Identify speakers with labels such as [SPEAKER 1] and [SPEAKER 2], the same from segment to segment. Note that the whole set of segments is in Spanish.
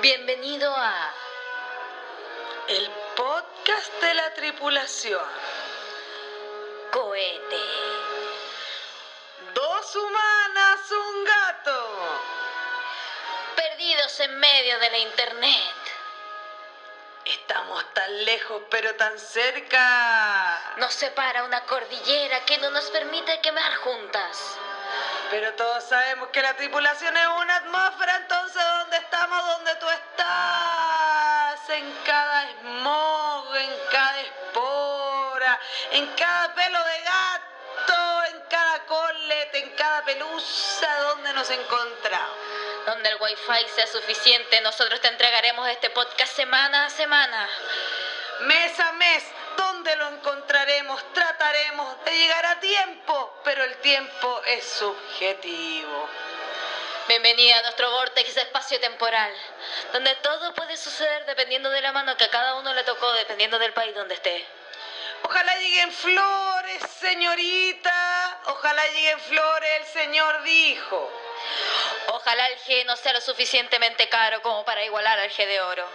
[SPEAKER 1] Bienvenido a
[SPEAKER 2] El podcast de la tripulación.
[SPEAKER 1] Cohete.
[SPEAKER 2] Dos humanas, un gato.
[SPEAKER 1] Perdidos en medio de la internet.
[SPEAKER 2] Estamos tan lejos, pero tan cerca.
[SPEAKER 1] Nos separa una cordillera que no nos permite quemar juntas.
[SPEAKER 2] Pero todos sabemos que la tripulación es una atmósfera, entonces ¿dónde estamos? ¿Dónde tú estás? En cada smog, en cada espora, en cada pelo de gato, en cada colete, en cada pelusa, ¿dónde nos encontramos?
[SPEAKER 1] Donde el wifi sea suficiente, nosotros te entregaremos este podcast semana a semana.
[SPEAKER 2] Mes a mes, ¿dónde lo encontraremos? Trataremos de llegar a tiempo, pero el tiempo es subjetivo.
[SPEAKER 1] Bienvenida a nuestro vórtice espacio-temporal, donde todo puede suceder dependiendo de la mano que a cada uno le tocó, dependiendo del país donde esté.
[SPEAKER 2] Ojalá lleguen flores, señorita. Ojalá lleguen flores, el señor dijo.
[SPEAKER 1] Ojalá el G no sea lo suficientemente caro como para igualar al G de oro.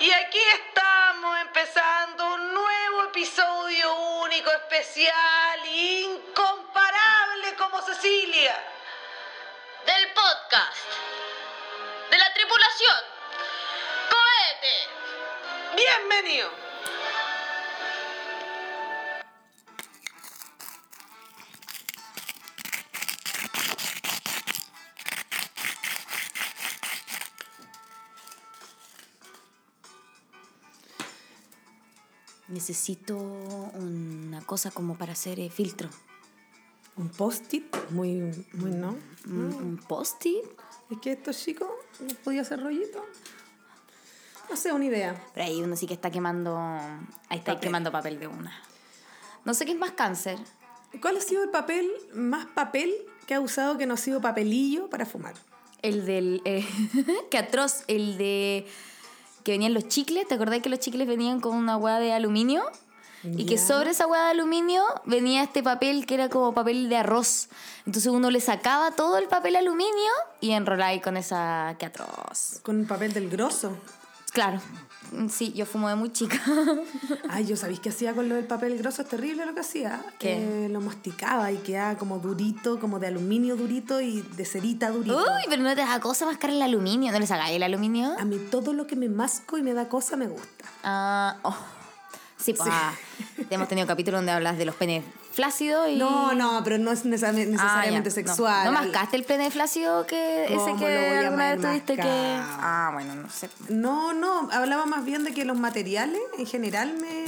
[SPEAKER 2] Y aquí estamos empezando un nuevo episodio único, especial, incomparable como Cecilia.
[SPEAKER 1] Del podcast. De la tripulación. Cohete.
[SPEAKER 2] Bienvenido.
[SPEAKER 3] Necesito una cosa como para hacer eh, filtro.
[SPEAKER 4] Un post-it, muy, muy no. Mm.
[SPEAKER 3] Un, un post-it.
[SPEAKER 4] Es que estos chicos no podía hacer rollito. No sé, una idea.
[SPEAKER 3] Pero ahí uno sí que está quemando. Ahí está
[SPEAKER 4] Papel.
[SPEAKER 3] quemando papel de una. No sé qué es más cáncer.
[SPEAKER 4] ¿Cuál ha sido el papel, más papel que ha usado que no ha sido papelillo para fumar?
[SPEAKER 3] El del. eh, qué atroz. El de. Que venían los chicles. ¿Te acordás que los chicles venían con una hueá de aluminio? Y que
[SPEAKER 4] Ya.
[SPEAKER 3] sobre esa hueá de aluminio venía este papel que era como papel de arroz. Entonces uno le sacaba todo el papel aluminio y enrolaba ahí con esa. Qué atroz.
[SPEAKER 4] Con el papel del grosso.
[SPEAKER 3] Claro, Mm, sí, yo fumo de muy chica.
[SPEAKER 4] Ay, yo sabéis qué hacía con lo del papel grosso, es terrible lo que hacía.
[SPEAKER 3] ¿Qué?
[SPEAKER 4] Eh, lo masticaba y quedaba como durito, como de aluminio durito y de cerita durito.
[SPEAKER 3] Uy, pero no te da cosa mascar el aluminio. ¿No le sacáis el aluminio?
[SPEAKER 4] A mí todo lo que me masco y me da cosa me gusta.
[SPEAKER 3] Ah, oh. Sí, pues ah, hemos tenido capítulos donde hablas de los penes flácidos y...
[SPEAKER 4] No, no, pero no es necesa- necesariamente
[SPEAKER 3] Ah, ya, no.
[SPEAKER 4] sexual.
[SPEAKER 3] ¿No, mascaste el pene flácido que ese
[SPEAKER 4] ¿Cómo
[SPEAKER 3] que
[SPEAKER 4] lo voy a
[SPEAKER 3] alguna vez
[SPEAKER 4] haber
[SPEAKER 3] tuviste que...?
[SPEAKER 4] mascado?
[SPEAKER 3] Ah, bueno, no sé.
[SPEAKER 4] No, no, hablaba más bien de que los materiales en general me...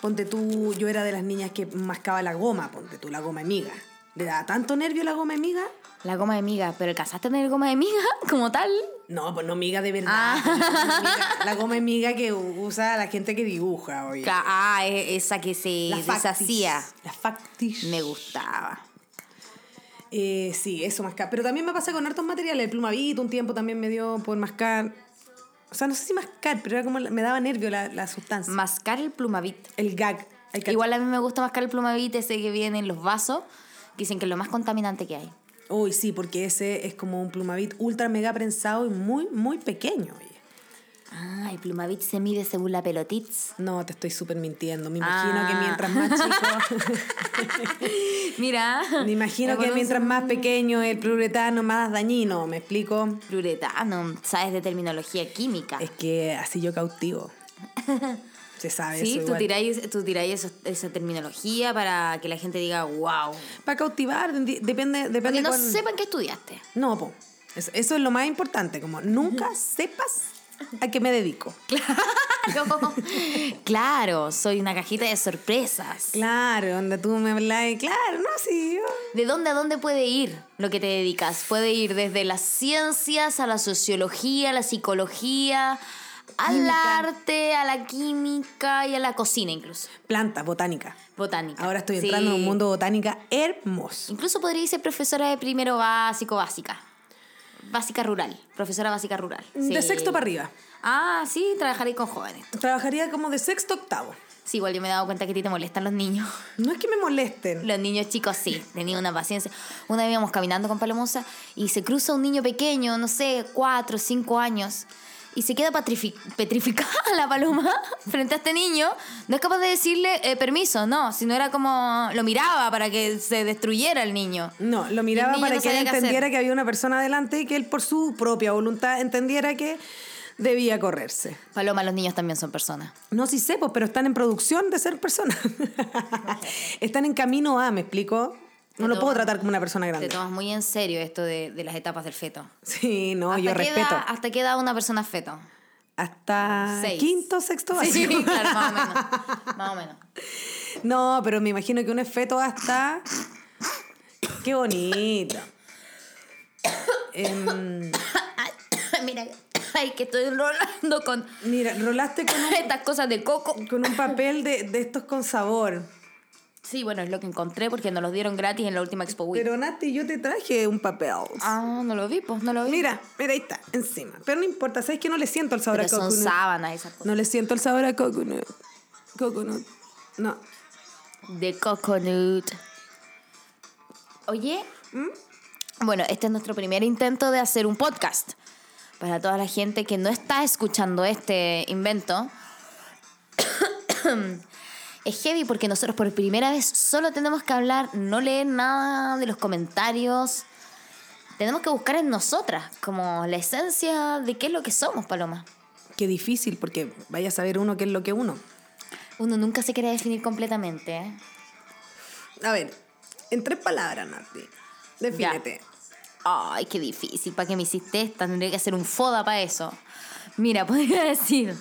[SPEAKER 4] Ponte tú, yo era de las niñas que mascaba la goma, ponte tú, la goma amiga. ¿Le daba tanto nervio la goma amiga?
[SPEAKER 3] La goma de miga, pero ¿alcanzaste a tener goma de miga como tal?
[SPEAKER 4] No, pues no miga de verdad.
[SPEAKER 3] Ah.
[SPEAKER 4] pues, no miga. la goma amiga que u- usa la gente que dibuja hoy.
[SPEAKER 3] Ca- Ah, e- esa que se
[SPEAKER 4] La
[SPEAKER 3] deshacía.
[SPEAKER 4] La factish.
[SPEAKER 3] Me gustaba.
[SPEAKER 4] Eh, sí, eso mascar. Pero también me pasa con hartos materiales. El plumavito un tiempo también me dio por mascar. O sea, no sé si mascar, pero era como la- me daba nervio la, la sustancia.
[SPEAKER 3] Mascar el plumavit.
[SPEAKER 4] el gag. Hay que-
[SPEAKER 3] Igual a mí me gusta mascar el plumavit ese que viene en los vasos, que dicen que es lo más contaminante que hay.
[SPEAKER 4] Uy, sí, porque ese es como un plumavit ultra mega prensado y muy, muy pequeño. oye.
[SPEAKER 3] Ah, el plumavit se mide según la pelotitz.
[SPEAKER 4] No, te estoy súper mintiendo. Me imagino
[SPEAKER 3] Ah.
[SPEAKER 4] que mientras más chico,
[SPEAKER 3] Mira.
[SPEAKER 4] me imagino que
[SPEAKER 3] acuerdo
[SPEAKER 4] mientras
[SPEAKER 3] un
[SPEAKER 4] más pequeño el pluretano, más dañino. ¿Me explico?
[SPEAKER 3] Pluretano, ah, sabes de terminología química.
[SPEAKER 4] Es que así yo cautivo. Se sabe
[SPEAKER 3] Sí,
[SPEAKER 4] eso.
[SPEAKER 3] tú tiráis, tú tiráis eso- esa terminología para que la gente diga, wow.
[SPEAKER 4] Para cautivar, di- depende,
[SPEAKER 3] Para
[SPEAKER 4] depende.
[SPEAKER 3] que no
[SPEAKER 4] cuán-
[SPEAKER 3] sepan que estudiaste.
[SPEAKER 4] No, po. Eso, eso es lo más importante, como nunca sepas a qué me dedico.
[SPEAKER 3] Como, claro, soy una cajita de sorpresas.
[SPEAKER 4] Claro, donde tú me hablas y claro, no, sí. yo-
[SPEAKER 3] ¿De dónde a dónde puede ir lo que te dedicas? Puede ir desde las ciencias a la sociología, a la psicología, al arte, a la química y a la cocina incluso.
[SPEAKER 4] Planta, botánica.
[SPEAKER 3] Botánica.
[SPEAKER 4] Ahora estoy
[SPEAKER 3] Sí.
[SPEAKER 4] entrando en un mundo botánica hermoso.
[SPEAKER 3] Incluso podría ser profesora de primero básico, básica. básica rural, profesora básica rural.
[SPEAKER 4] De
[SPEAKER 3] sí.
[SPEAKER 4] sexto para arriba.
[SPEAKER 3] Ah, sí, trabajaré con jóvenes.
[SPEAKER 4] Trabajaría como de sexto a octavo.
[SPEAKER 3] Sí, igual yo me he dado cuenta que a ti te molestan los niños.
[SPEAKER 4] No es que me molesten.
[SPEAKER 3] Los niños chicos sí, tenía una paciencia. Una vez íbamos caminando con Palomosa y se cruza un niño pequeño, no sé, cuatro, cinco años, y se queda patrifi- petrificada la paloma frente a este niño. No es capaz de decirle eh, permiso, no, sino era como lo miraba para que se destruyera el niño.
[SPEAKER 4] No, lo
[SPEAKER 3] Y
[SPEAKER 4] miraba
[SPEAKER 3] el niño
[SPEAKER 4] para
[SPEAKER 3] no
[SPEAKER 4] que él
[SPEAKER 3] sabía qué hacer.
[SPEAKER 4] entendiera que había una persona adelante y que él por su propia voluntad entendiera que debía correrse.
[SPEAKER 3] Paloma, los niños también son personas.
[SPEAKER 4] No, sí sé, pues, pero están en producción de ser personas. están en camino a, me explico. No
[SPEAKER 3] Te
[SPEAKER 4] lo puedo
[SPEAKER 3] tomas-
[SPEAKER 4] tratar como una persona grande.
[SPEAKER 3] Te tomas muy en serio esto de, de las etapas del feto.
[SPEAKER 4] Sí, no, yo
[SPEAKER 3] qué edad-
[SPEAKER 4] respeto.
[SPEAKER 3] ¿Hasta qué edad una persona es feto?
[SPEAKER 4] Hasta
[SPEAKER 3] Seis.
[SPEAKER 4] quinto, sexto
[SPEAKER 3] Sí,
[SPEAKER 4] básico.
[SPEAKER 3] claro, más o menos. Más o menos.
[SPEAKER 4] No, pero me imagino que un es feto hasta. Qué bonito. Em,
[SPEAKER 3] Ay, Mira, ay, que estoy enrolando con
[SPEAKER 4] mira, rolaste con un,
[SPEAKER 3] estas cosas de coco.
[SPEAKER 4] con un papel de, de estos con sabor.
[SPEAKER 3] Sí, bueno, es lo que encontré porque nos los dieron gratis en la última Expo Week.
[SPEAKER 4] Pero Nati, yo te traje un papel.
[SPEAKER 3] Ah, no lo vi, pues no lo vi.
[SPEAKER 4] Mira, mira, ahí está, encima. Pero no importa, ¿sabes que no le siento el sabor
[SPEAKER 3] Pero
[SPEAKER 4] a
[SPEAKER 3] son
[SPEAKER 4] coconut?
[SPEAKER 3] sábanas esas cosas.
[SPEAKER 4] No le siento el sabor a coconut. Coconut. No.
[SPEAKER 3] De coconut. Oye, bueno, este es nuestro primer intento de hacer un podcast. Para toda la gente que no está escuchando este invento, es heavy porque nosotros por primera vez solo tenemos que hablar, no leer nada de los comentarios. Tenemos que buscar en nosotras como la esencia de qué es lo que somos, Paloma.
[SPEAKER 4] Qué difícil, porque vaya a saber uno qué es lo que uno.
[SPEAKER 3] Uno nunca se quiere definir completamente. ¿eh?
[SPEAKER 4] A ver, en tres palabras, Nati. Defínete.
[SPEAKER 3] Ay, qué difícil. ¿Para qué me hiciste esta? Tendría que hacer un foda para eso. Mira, podría decir,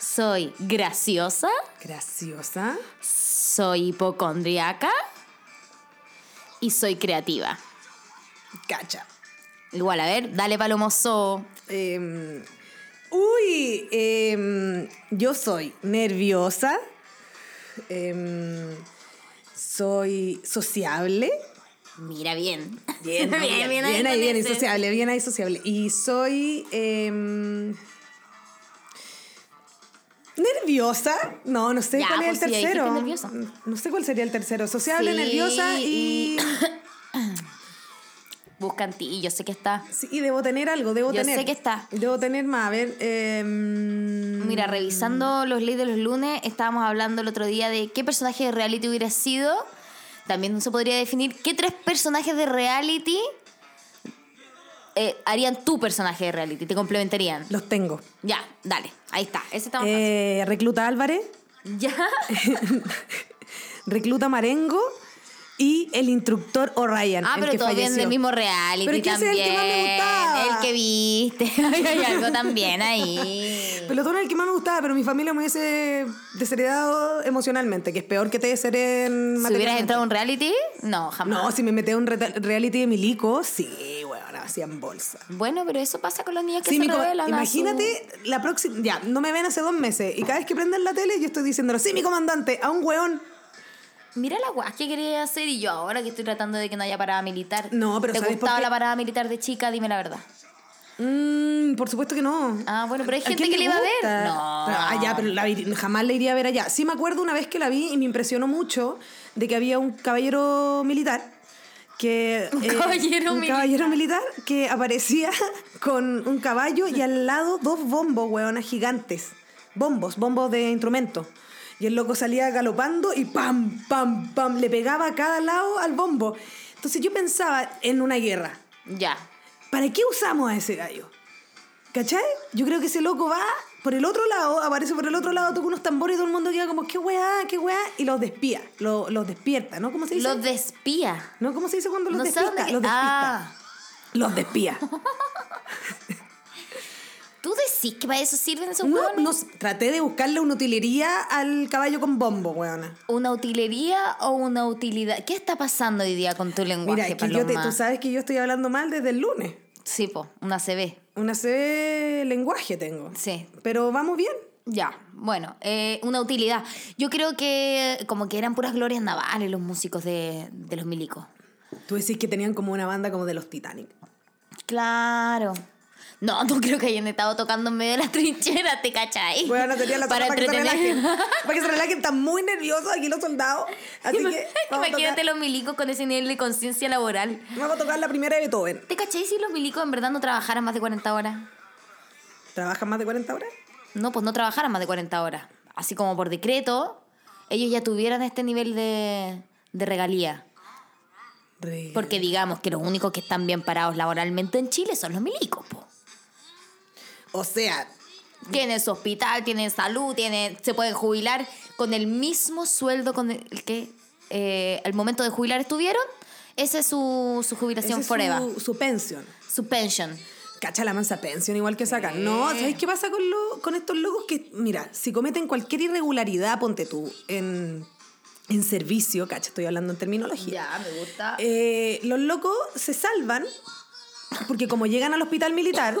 [SPEAKER 3] soy graciosa,
[SPEAKER 4] Graciosa.
[SPEAKER 3] soy hipocondriaca y soy creativa.
[SPEAKER 4] Cacha.
[SPEAKER 3] Igual, a ver, dale palomoso.
[SPEAKER 4] Em, uy, em, yo soy nerviosa. Em, soy sociable.
[SPEAKER 3] Mira bien. ¿eh?
[SPEAKER 4] Bien, bien, bien, bien ahí, bien ahí, sociable, bien ahí, sociable. Y soy em, nerviosa. No, no sé
[SPEAKER 3] Ya,
[SPEAKER 4] cuál es
[SPEAKER 3] pues
[SPEAKER 4] el
[SPEAKER 3] sí, ahí dijiste
[SPEAKER 4] tercero.
[SPEAKER 3] nerviosa.
[SPEAKER 4] No sé cuál sería el tercero. Sociable,
[SPEAKER 3] Sí,
[SPEAKER 4] nerviosa
[SPEAKER 3] y-
[SPEAKER 4] y,
[SPEAKER 3] Busca en ti, y yo sé que está.
[SPEAKER 4] sí, y debo tener algo, debo
[SPEAKER 3] Yo
[SPEAKER 4] tener.
[SPEAKER 3] sé que está.
[SPEAKER 4] Debo tener más, a ver. em,
[SPEAKER 3] Mira, revisando los leyes de los lunes, estábamos hablando el otro día de qué personaje de reality hubiera sido. También no se podría definir qué tres personajes de reality eh, harían tu personaje de reality, te complementarían.
[SPEAKER 4] Los tengo.
[SPEAKER 3] Ya, dale, ahí está. Ese está más
[SPEAKER 4] Eh, recluta Álvarez,
[SPEAKER 3] fácil. Ya.
[SPEAKER 4] recluta Marengo y el instructor O'Ryan.
[SPEAKER 3] Ah,
[SPEAKER 4] el
[SPEAKER 3] pero
[SPEAKER 4] que
[SPEAKER 3] todo bien
[SPEAKER 4] falleció.
[SPEAKER 3] del mismo reality
[SPEAKER 4] Pero es que ese es
[SPEAKER 3] también.
[SPEAKER 4] el que más me gustaba.
[SPEAKER 3] El que viste. Hay algo también ahí.
[SPEAKER 4] Pelotón es el que más me gustaba, pero mi familia me hubiese desheredado emocionalmente, que es peor que te deshereden
[SPEAKER 3] Si hubieras entrado a un reality, no, jamás.
[SPEAKER 4] No, si me metía a un reta- reality de milico, sí, bueno, hacían bolsa.
[SPEAKER 3] Bueno, pero eso pasa con los niños que
[SPEAKER 4] Sí,
[SPEAKER 3] se
[SPEAKER 4] mi co-
[SPEAKER 3] rebelan. a su-
[SPEAKER 4] imagínate la próxima. Ya, no me ven hace dos meses. Y cada vez que prenden la tele, yo estoy diciéndolo, sí, mi comandante, a un weón.
[SPEAKER 3] Mira la guas que quería hacer y yo ahora que estoy tratando de que no haya parada militar.
[SPEAKER 4] No, pero
[SPEAKER 3] ¿Te
[SPEAKER 4] ¿sabes por
[SPEAKER 3] gustaba
[SPEAKER 4] qué?
[SPEAKER 3] la parada militar de chica? Dime la verdad.
[SPEAKER 4] Mm, por supuesto que no.
[SPEAKER 3] Ah, bueno, pero hay
[SPEAKER 4] ¿A
[SPEAKER 3] gente
[SPEAKER 4] quién
[SPEAKER 3] que
[SPEAKER 4] le
[SPEAKER 3] le iba a ver?
[SPEAKER 4] gusta?
[SPEAKER 3] No.
[SPEAKER 4] Pero, ah, ya, pero la vi- jamás le iría a ver allá. Sí me acuerdo una vez que la vi y me impresionó mucho de que había un caballero militar que... eh,
[SPEAKER 3] Un caballero
[SPEAKER 4] un
[SPEAKER 3] militar.
[SPEAKER 4] caballero militar que aparecía con un caballo y al lado dos bombos, hueonas gigantes. Bombos, bombos de instrumento. Y el loco salía galopando y pam, pam, pam, le pegaba a cada lado al bombo. Entonces yo pensaba en una guerra.
[SPEAKER 3] Ya.
[SPEAKER 4] ¿Para qué usamos a ese gallo? ¿Cachai? Yo creo que ese loco va por el otro lado, aparece por el otro lado, toca unos tambores y todo el mundo queda como, qué weá, qué weá, y los despía, lo- los despierta, ¿no? ¿Cómo se dice?
[SPEAKER 3] Los despía.
[SPEAKER 4] ¿No? ¿Cómo se dice cuando los
[SPEAKER 3] No sé
[SPEAKER 4] despista?
[SPEAKER 3] dónde que-
[SPEAKER 4] Los despista.
[SPEAKER 3] Ah.
[SPEAKER 4] Los despía.
[SPEAKER 3] ¿Tú decís que para eso sirven esos
[SPEAKER 4] No,
[SPEAKER 3] hueones?
[SPEAKER 4] no, traté de buscarle una utilería al caballo con bombo, weona.
[SPEAKER 3] ¿Una utilería o una utilidad? ¿Qué está pasando hoy día con tu lenguaje,
[SPEAKER 4] Mira, es que yo
[SPEAKER 3] Paloma?
[SPEAKER 4] te- tú sabes que yo estoy hablando mal desde el lunes.
[SPEAKER 3] Sí, po, una CB.
[SPEAKER 4] Una CB lenguaje tengo.
[SPEAKER 3] Sí.
[SPEAKER 4] Pero vamos bien.
[SPEAKER 3] Ya, bueno, eh, una utilidad. Yo creo que eh, como que eran puras glorias navales los músicos de, de los milicos.
[SPEAKER 4] Tú decís que tenían como una banda como de los Titanic.
[SPEAKER 3] Claro. No, no creo que hayan estado tocando en medio de la trinchera, ¿te cachai?
[SPEAKER 4] Bueno, tenía la
[SPEAKER 3] Para
[SPEAKER 4] para, para que se
[SPEAKER 3] entretener.
[SPEAKER 4] relajen. Para que se relajen, están muy nerviosos aquí los soldados. Así que vamos a, tocar,
[SPEAKER 3] Imagínate los milicos con ese nivel de conciencia laboral.
[SPEAKER 4] vamos a tocar la primera de Beethoven.
[SPEAKER 3] ¿Te cachai si los milicos en verdad no trabajaran más de 40 horas?
[SPEAKER 4] ¿Trabajan más de 40 horas?
[SPEAKER 3] No, pues no trabajaran más de 40 horas. Así como por decreto, ellos ya tuvieran este nivel de, de regalía.
[SPEAKER 4] Re-
[SPEAKER 3] Porque digamos que los únicos que están bien parados laboralmente en Chile son los milicos, po.
[SPEAKER 4] O sea,
[SPEAKER 3] Tienen su hospital, tienen salud, tienen, se pueden jubilar con el mismo sueldo con el que eh, al momento de jubilar estuvieron. Esa es su, su
[SPEAKER 4] esa
[SPEAKER 3] jubilación
[SPEAKER 4] es
[SPEAKER 3] forever.
[SPEAKER 4] su, su pensión.
[SPEAKER 3] su pension.
[SPEAKER 4] Cacha la mansa pensión igual que sacan. No, ¿sabes qué pasa con, lo- con estos locos? Que, mira, si cometen cualquier irregularidad, ponte tú, en, en servicio, cacha, estoy hablando en terminología.
[SPEAKER 3] me gusta.
[SPEAKER 4] Eh, los locos se salvan porque como llegan al hospital militar,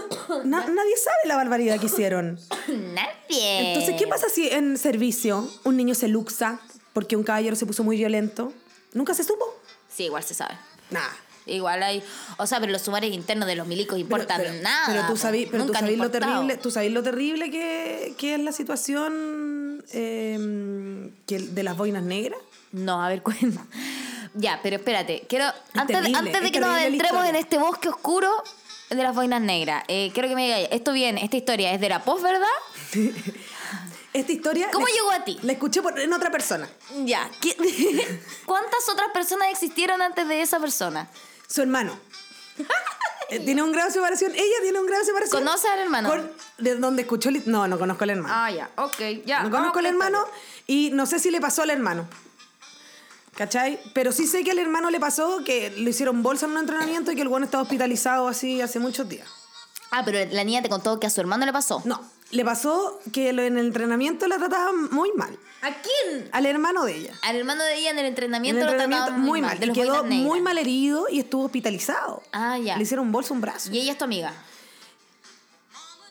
[SPEAKER 4] na- nadie sabe la barbaridad que hicieron.
[SPEAKER 3] Nadie.
[SPEAKER 4] Entonces, ¿qué pasa si en servicio un niño se luxa porque un caballero se puso muy violento? Nunca se supo.
[SPEAKER 3] Sí, igual se sabe.
[SPEAKER 4] Nada.
[SPEAKER 3] Igual hay. O sea, pero los sumarios internos de los milicos importan nada.
[SPEAKER 4] Pero tú
[SPEAKER 3] po.
[SPEAKER 4] sabís, pero tú
[SPEAKER 3] Nunca han
[SPEAKER 4] sabís lo
[SPEAKER 3] importado.
[SPEAKER 4] terrible, tú sabís lo terrible que, que es la situación eh, que de las boinas negras.
[SPEAKER 3] No, a ver, cuenta. Ya, pero espérate. Quiero. Antes,
[SPEAKER 4] terrible,
[SPEAKER 3] antes de
[SPEAKER 4] es
[SPEAKER 3] que nos
[SPEAKER 4] terrible la
[SPEAKER 3] adentremos
[SPEAKER 4] historia.
[SPEAKER 3] en este bosque oscuro de las boinas negras, eh, quiero que me digáis, esto bien, esta historia es de la post, ¿verdad?
[SPEAKER 4] Esta historia.
[SPEAKER 3] ¿Cómo
[SPEAKER 4] la-
[SPEAKER 3] llegó a ti?
[SPEAKER 4] La escuché por- en otra persona.
[SPEAKER 3] Ya. ¿qué- ¿Cuántas otras personas existieron antes de esa persona?
[SPEAKER 4] Su hermano. Eh, tiene un grado de separación. Ella tiene un grado de separación.
[SPEAKER 3] ¿Conoce al hermano?
[SPEAKER 4] Con- de donde escuchó. li- No, no conozco al hermano.
[SPEAKER 3] Ah, ya, ok, ya.
[SPEAKER 4] no conozco al hermano y no sé si le pasó al hermano. ¿Cachai? Pero sí sé que al hermano le pasó que le hicieron bolsa en un entrenamiento y que el bueno estaba hospitalizado así hace muchos días.
[SPEAKER 3] Ah, pero la niña te contó que a su hermano le pasó.
[SPEAKER 4] No, le pasó que lo- en el entrenamiento la trataban muy mal.
[SPEAKER 3] ¿A quién?
[SPEAKER 4] Al hermano de ella.
[SPEAKER 3] Al hermano de ella en el
[SPEAKER 4] En
[SPEAKER 3] entrenamiento,
[SPEAKER 4] el
[SPEAKER 3] lo
[SPEAKER 4] entrenamiento
[SPEAKER 3] trataban muy mal. de
[SPEAKER 4] y
[SPEAKER 3] los
[SPEAKER 4] quedó
[SPEAKER 3] boinas negras.
[SPEAKER 4] muy mal herido y estuvo hospitalizado.
[SPEAKER 3] Ah, ya.
[SPEAKER 4] Le hicieron bolsa un brazo.
[SPEAKER 3] Y ella es tu amiga.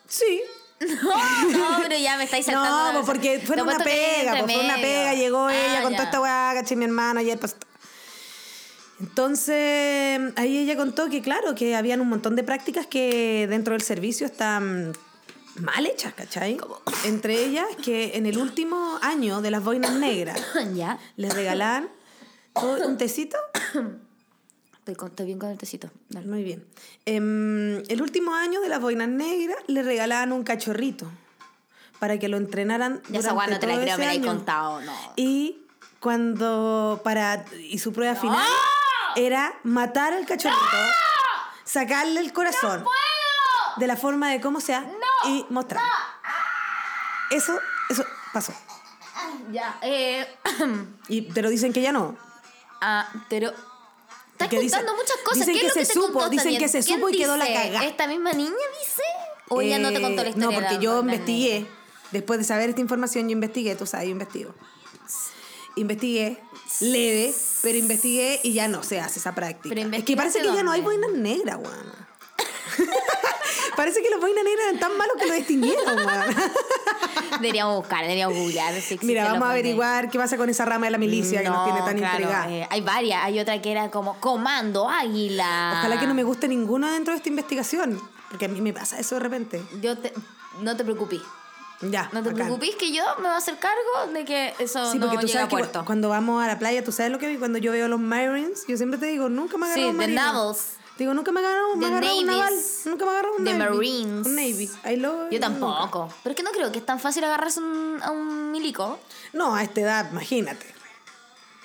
[SPEAKER 4] Sí,
[SPEAKER 3] No, pero ya me estáis saltando. la
[SPEAKER 4] No, pues
[SPEAKER 3] versión.
[SPEAKER 4] porque fue
[SPEAKER 3] Lo
[SPEAKER 4] una
[SPEAKER 3] puesto que hay
[SPEAKER 4] pega,
[SPEAKER 3] entre
[SPEAKER 4] pues fue una
[SPEAKER 3] medio.
[SPEAKER 4] pega, llegó
[SPEAKER 3] Ah,
[SPEAKER 4] ella con
[SPEAKER 3] ya.
[SPEAKER 4] toda esta weá, caché mi hermano ayer pasó. esto. Entonces, ahí ella contó que claro, que habían un montón de prácticas que dentro del servicio están mal hechas, ¿cachai? Entre ellas que en el último año de las boinas negras
[SPEAKER 3] Ya,
[SPEAKER 4] les regalaban todo- un tecito
[SPEAKER 3] estoy, con- estoy bien con el tecito. Dale.
[SPEAKER 4] muy bien. Em, el último año de las boinas negras le regalaban un cachorrito para que lo entrenaran.
[SPEAKER 3] Ya esa
[SPEAKER 4] durante
[SPEAKER 3] guay no te la
[SPEAKER 4] todo
[SPEAKER 3] creo,
[SPEAKER 4] ese
[SPEAKER 3] me la he
[SPEAKER 4] año.
[SPEAKER 3] contado, no.
[SPEAKER 4] Y cuando para y su prueba final era matar al cachorrito, sacarle el corazón de la forma de cómo sea y mostrar. Eso eso pasó.
[SPEAKER 3] Ya, eh.
[SPEAKER 4] Y te lo dicen que ya no.
[SPEAKER 3] ah, pero. Estás
[SPEAKER 4] Que dicen-
[SPEAKER 3] contando muchas cosas.
[SPEAKER 4] dicen
[SPEAKER 3] ¿Qué es
[SPEAKER 4] que
[SPEAKER 3] lo
[SPEAKER 4] se
[SPEAKER 3] te
[SPEAKER 4] supo,
[SPEAKER 3] contó
[SPEAKER 4] dicen
[SPEAKER 3] también?
[SPEAKER 4] que se
[SPEAKER 3] ¿Quién
[SPEAKER 4] supo y quedó la
[SPEAKER 3] dice?
[SPEAKER 4] cagá.
[SPEAKER 3] ¿Esta misma niña dice? ¿O ella no te
[SPEAKER 4] Eh,
[SPEAKER 3] contó la historia?
[SPEAKER 4] No,
[SPEAKER 3] de la
[SPEAKER 4] porque yo
[SPEAKER 3] banda
[SPEAKER 4] investigué.
[SPEAKER 3] negra?
[SPEAKER 4] Después de saber esta información, yo investigué, tú sabes, yo investigo. Investigué, leve, pero investigué y ya no se hace esa práctica.
[SPEAKER 3] Pero
[SPEAKER 4] es que parece que ya no hay
[SPEAKER 3] ¿investigaste
[SPEAKER 4] boinas negras, weón. parece que las boinas negras eran tan malos que lo distinguieron, weón.
[SPEAKER 3] Deberíamos buscar, deberíamos googlear. si existe
[SPEAKER 4] Mira,
[SPEAKER 3] la
[SPEAKER 4] vamos a
[SPEAKER 3] banda negra.
[SPEAKER 4] averiguar qué pasa con esa rama de la milicia que nos
[SPEAKER 3] No,
[SPEAKER 4] tiene tan
[SPEAKER 3] claro,
[SPEAKER 4] intrigadas.
[SPEAKER 3] eh, hay varias. Hay otra que era como Comando Águila.
[SPEAKER 4] Ojalá que no me guste ninguna dentro de esta investigación, porque a mí me pasa eso de repente.
[SPEAKER 3] Yo te, no te preocupes.
[SPEAKER 4] Ya.
[SPEAKER 3] No te
[SPEAKER 4] bacán.
[SPEAKER 3] preocupes que yo me voy a hacer cargo de que eso
[SPEAKER 4] Sí,
[SPEAKER 3] Oh, no
[SPEAKER 4] porque tú
[SPEAKER 3] llega
[SPEAKER 4] sabes
[SPEAKER 3] a
[SPEAKER 4] que
[SPEAKER 3] puerto.
[SPEAKER 4] cu- cuando vamos a la playa, tú sabes lo que cuando yo veo los Marines, yo siempre te digo, nunca me agarró
[SPEAKER 3] Sí,
[SPEAKER 4] un
[SPEAKER 3] the
[SPEAKER 4] marino.
[SPEAKER 3] navels.
[SPEAKER 4] Digo, nunca me agarró, me
[SPEAKER 3] The
[SPEAKER 4] agarró un naval.
[SPEAKER 3] navies.
[SPEAKER 4] Nunca me agarró un
[SPEAKER 3] The
[SPEAKER 4] navy.
[SPEAKER 3] marines.
[SPEAKER 4] Un navy. I love-
[SPEAKER 3] Yo tampoco. Pero es que no creo que es tan fácil agarrarse un- a un milico.
[SPEAKER 4] No, a esta edad, imagínate.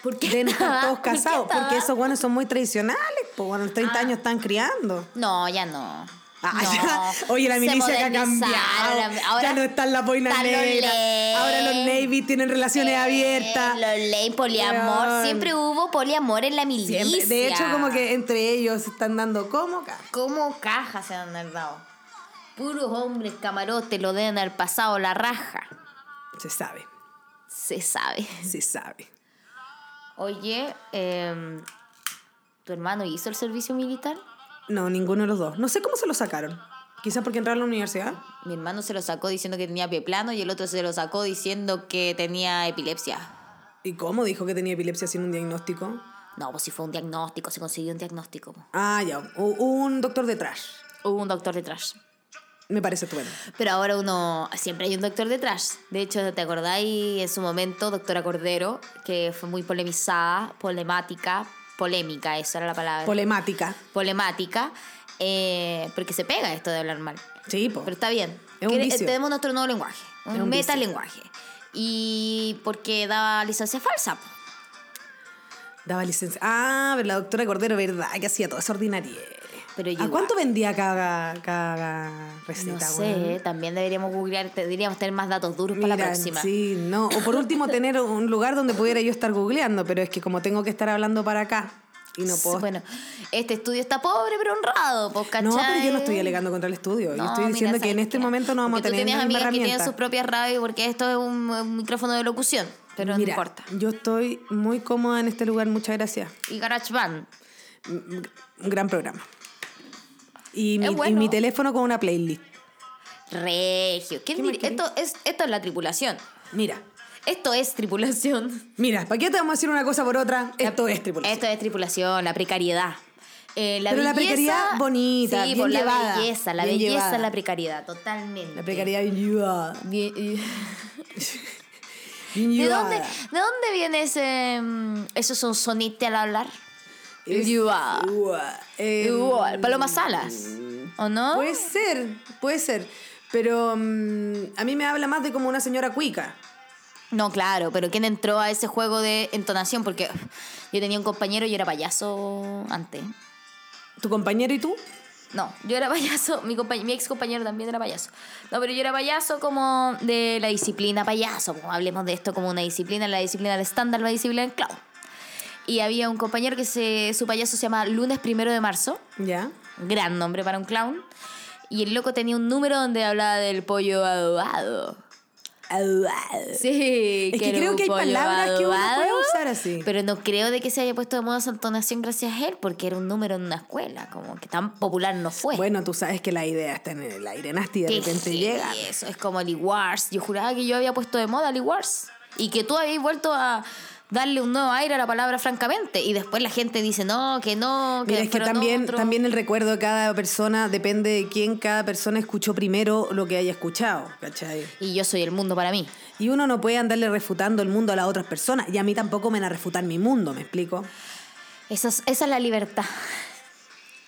[SPEAKER 3] ¿Por qué?
[SPEAKER 4] Deben estar todos
[SPEAKER 3] ¿Por qué
[SPEAKER 4] casados,
[SPEAKER 3] estaba?
[SPEAKER 4] porque esos guanes son muy tradicionales, pues bueno, los 30 años están criando.
[SPEAKER 3] No, ya no.
[SPEAKER 4] Ah,
[SPEAKER 3] No.
[SPEAKER 4] ya. Oye, la
[SPEAKER 3] Se
[SPEAKER 4] milicia que ha
[SPEAKER 3] modernizaron,
[SPEAKER 4] cambiado.
[SPEAKER 3] la- ahora
[SPEAKER 4] ya no están las boinas
[SPEAKER 3] están los
[SPEAKER 4] negras.
[SPEAKER 3] leyes.
[SPEAKER 4] Ahora los Navy tienen relaciones abiertas.
[SPEAKER 3] Eh, Los ley, poliamor.
[SPEAKER 4] Weón.
[SPEAKER 3] Siempre hubo poliamor en la milicia.
[SPEAKER 4] Siempre. De hecho, como que entre ellos se están dando como acá.
[SPEAKER 3] ¿Cómo cajas se han dado? Puros hombres camarote lo deben al pasado la raja.
[SPEAKER 4] Se sabe,
[SPEAKER 3] Se sabe.
[SPEAKER 4] se sabe.
[SPEAKER 3] Oye, em, ¿tu hermano hizo el servicio militar?
[SPEAKER 4] No, ninguno de los dos. No sé cómo se lo sacaron. Quizás porque entraron a la universidad.
[SPEAKER 3] Mi hermano se lo sacó diciendo que tenía pie plano y el otro se lo sacó diciendo que tenía epilepsia.
[SPEAKER 4] ¿Y cómo dijo que tenía epilepsia sin un diagnóstico?
[SPEAKER 3] No, pues si fue un diagnóstico, se consiguió un diagnóstico. po.
[SPEAKER 4] Ah, ya. u- Un doctor detrás.
[SPEAKER 3] Hubo un doctor detrás.
[SPEAKER 4] Me parece estupendo.
[SPEAKER 3] Pero ahora uno, siempre hay un doctor detrás. De hecho, ¿te acordáis en su momento, doctora Cordero, que fue muy polemizada, polemática, polémica, esa era la palabra.
[SPEAKER 4] Polemática.
[SPEAKER 3] polemática, eh, porque se pega esto de hablar mal.
[SPEAKER 4] Sí, po.
[SPEAKER 3] Pero está bien.
[SPEAKER 4] Es un
[SPEAKER 3] Quere-
[SPEAKER 4] vicio.
[SPEAKER 3] Tenemos nuestro nuevo lenguaje,
[SPEAKER 4] Es
[SPEAKER 3] un
[SPEAKER 4] un vicio.
[SPEAKER 3] metalenguaje. Y porque daba licencia falsa. po.
[SPEAKER 4] Daba licencia. Ah, pero la doctora Cordero, ¿verdad? Que hacía toda esa ordinaria.
[SPEAKER 3] Pero yo
[SPEAKER 4] ¿A
[SPEAKER 3] igual.
[SPEAKER 4] cuánto vendía cada, cada receta,
[SPEAKER 3] No
[SPEAKER 4] weón?
[SPEAKER 3] sé, también deberíamos googlear, deberíamos tener más datos duros para la
[SPEAKER 4] Mira,
[SPEAKER 3] próxima.
[SPEAKER 4] Sí, no. O por último, tener un lugar donde pudiera yo estar googleando, pero es que como tengo que estar hablando para acá y no puedo.
[SPEAKER 3] Bueno, este estudio está pobre pero honrado, pues, ¿cachai?
[SPEAKER 4] no, pero yo no estoy alegando contra el estudio.
[SPEAKER 3] No,
[SPEAKER 4] yo estoy
[SPEAKER 3] mira,
[SPEAKER 4] diciendo que
[SPEAKER 3] ¿sabes
[SPEAKER 4] en este
[SPEAKER 3] qué?
[SPEAKER 4] momento no vamos
[SPEAKER 3] Porque
[SPEAKER 4] a tener
[SPEAKER 3] tú tienes
[SPEAKER 4] la misma
[SPEAKER 3] amigas que tienen
[SPEAKER 4] herramienta.
[SPEAKER 3] sus propias radios porque esto es un, un micrófono de locución, pero
[SPEAKER 4] Mira,
[SPEAKER 3] no importa.
[SPEAKER 4] Yo estoy muy cómoda en este lugar, muchas gracias.
[SPEAKER 3] Y GarageBand.
[SPEAKER 4] Un gran programa. Y mi,
[SPEAKER 3] Es
[SPEAKER 4] y
[SPEAKER 3] bueno.
[SPEAKER 4] mi teléfono con una playlist.
[SPEAKER 3] Regio. ¿Quién
[SPEAKER 4] ¿Qué más
[SPEAKER 3] dir-
[SPEAKER 4] querés?
[SPEAKER 3] esto, es, esto es la tripulación.
[SPEAKER 4] Mira,
[SPEAKER 3] Esto es tripulación.
[SPEAKER 4] mira, ¿para qué te vamos a decir una cosa por otra? Esto es tripulación.
[SPEAKER 3] Esto es tripulación, la precariedad. Eh, la
[SPEAKER 4] Pero
[SPEAKER 3] belleza-
[SPEAKER 4] la precariedad bonita,
[SPEAKER 3] Sí,
[SPEAKER 4] bien
[SPEAKER 3] por
[SPEAKER 4] llevada,
[SPEAKER 3] la belleza, la
[SPEAKER 4] bien
[SPEAKER 3] belleza,
[SPEAKER 4] llevada.
[SPEAKER 3] la precariedad, totalmente.
[SPEAKER 4] La precariedad bien llevada,
[SPEAKER 3] Bien- y-
[SPEAKER 4] bien
[SPEAKER 3] ¿De,
[SPEAKER 4] llevada.
[SPEAKER 3] dónde, ¿De dónde viene ese, mm, eso es un sonite al hablar?
[SPEAKER 4] Es-
[SPEAKER 3] Llevada.
[SPEAKER 4] Llevada. Eh, pues
[SPEAKER 3] Igual, Uh, Paloma Salas, ¿o no?
[SPEAKER 4] Puede ser, puede ser. Pero mm, a mí me habla más de como una señora cuica.
[SPEAKER 3] No, claro, pero ¿quién entró a ese juego de entonación? Porque yo tenía un compañero y yo era payaso antes.
[SPEAKER 4] ¿Tu compañero y tú?
[SPEAKER 3] No, yo era payaso, mi, compa- mi ex compañero también era payaso. No, pero yo era payaso como de la disciplina payaso, como hablemos de esto como una disciplina, la disciplina del estándar, la disciplina del clavo. Y había un compañero que se, su payaso se llama Lunes Primero de Marzo,
[SPEAKER 4] Ya.
[SPEAKER 3] gran nombre para un clown, y el loco tenía un número donde hablaba del pollo adobado. Sí,
[SPEAKER 4] Es que
[SPEAKER 3] era
[SPEAKER 4] creo
[SPEAKER 3] un
[SPEAKER 4] que hay
[SPEAKER 3] pollo
[SPEAKER 4] palabras que uno puede
[SPEAKER 3] adobado,
[SPEAKER 4] usar así.
[SPEAKER 3] Pero no creo de que se haya puesto de moda esa entonación gracias a él, porque era un número en una escuela, como que tan popular no fue.
[SPEAKER 4] Bueno, tú sabes que la idea está en el aire, Nasty, de
[SPEAKER 3] Qué
[SPEAKER 4] repente
[SPEAKER 3] heavy
[SPEAKER 4] llega.
[SPEAKER 3] Eso es como Lee Wars. Yo juraba que yo había puesto de moda Lee Wars. Y que tú habías vuelto a darle un nuevo aire a la palabra, francamente. Y después la gente dice, no, que no, que
[SPEAKER 4] Mira, es que
[SPEAKER 3] fueron
[SPEAKER 4] también,
[SPEAKER 3] otros".
[SPEAKER 4] también el recuerdo de cada persona depende de quién cada persona escuchó primero lo que haya escuchado, ¿cachai?
[SPEAKER 3] Y yo soy el mundo para mí.
[SPEAKER 4] Y uno no puede andarle refutando el mundo a las otras personas. Y a mí tampoco me van a refutar mi mundo, ¿me explico?
[SPEAKER 3] Esa es, esa es la libertad.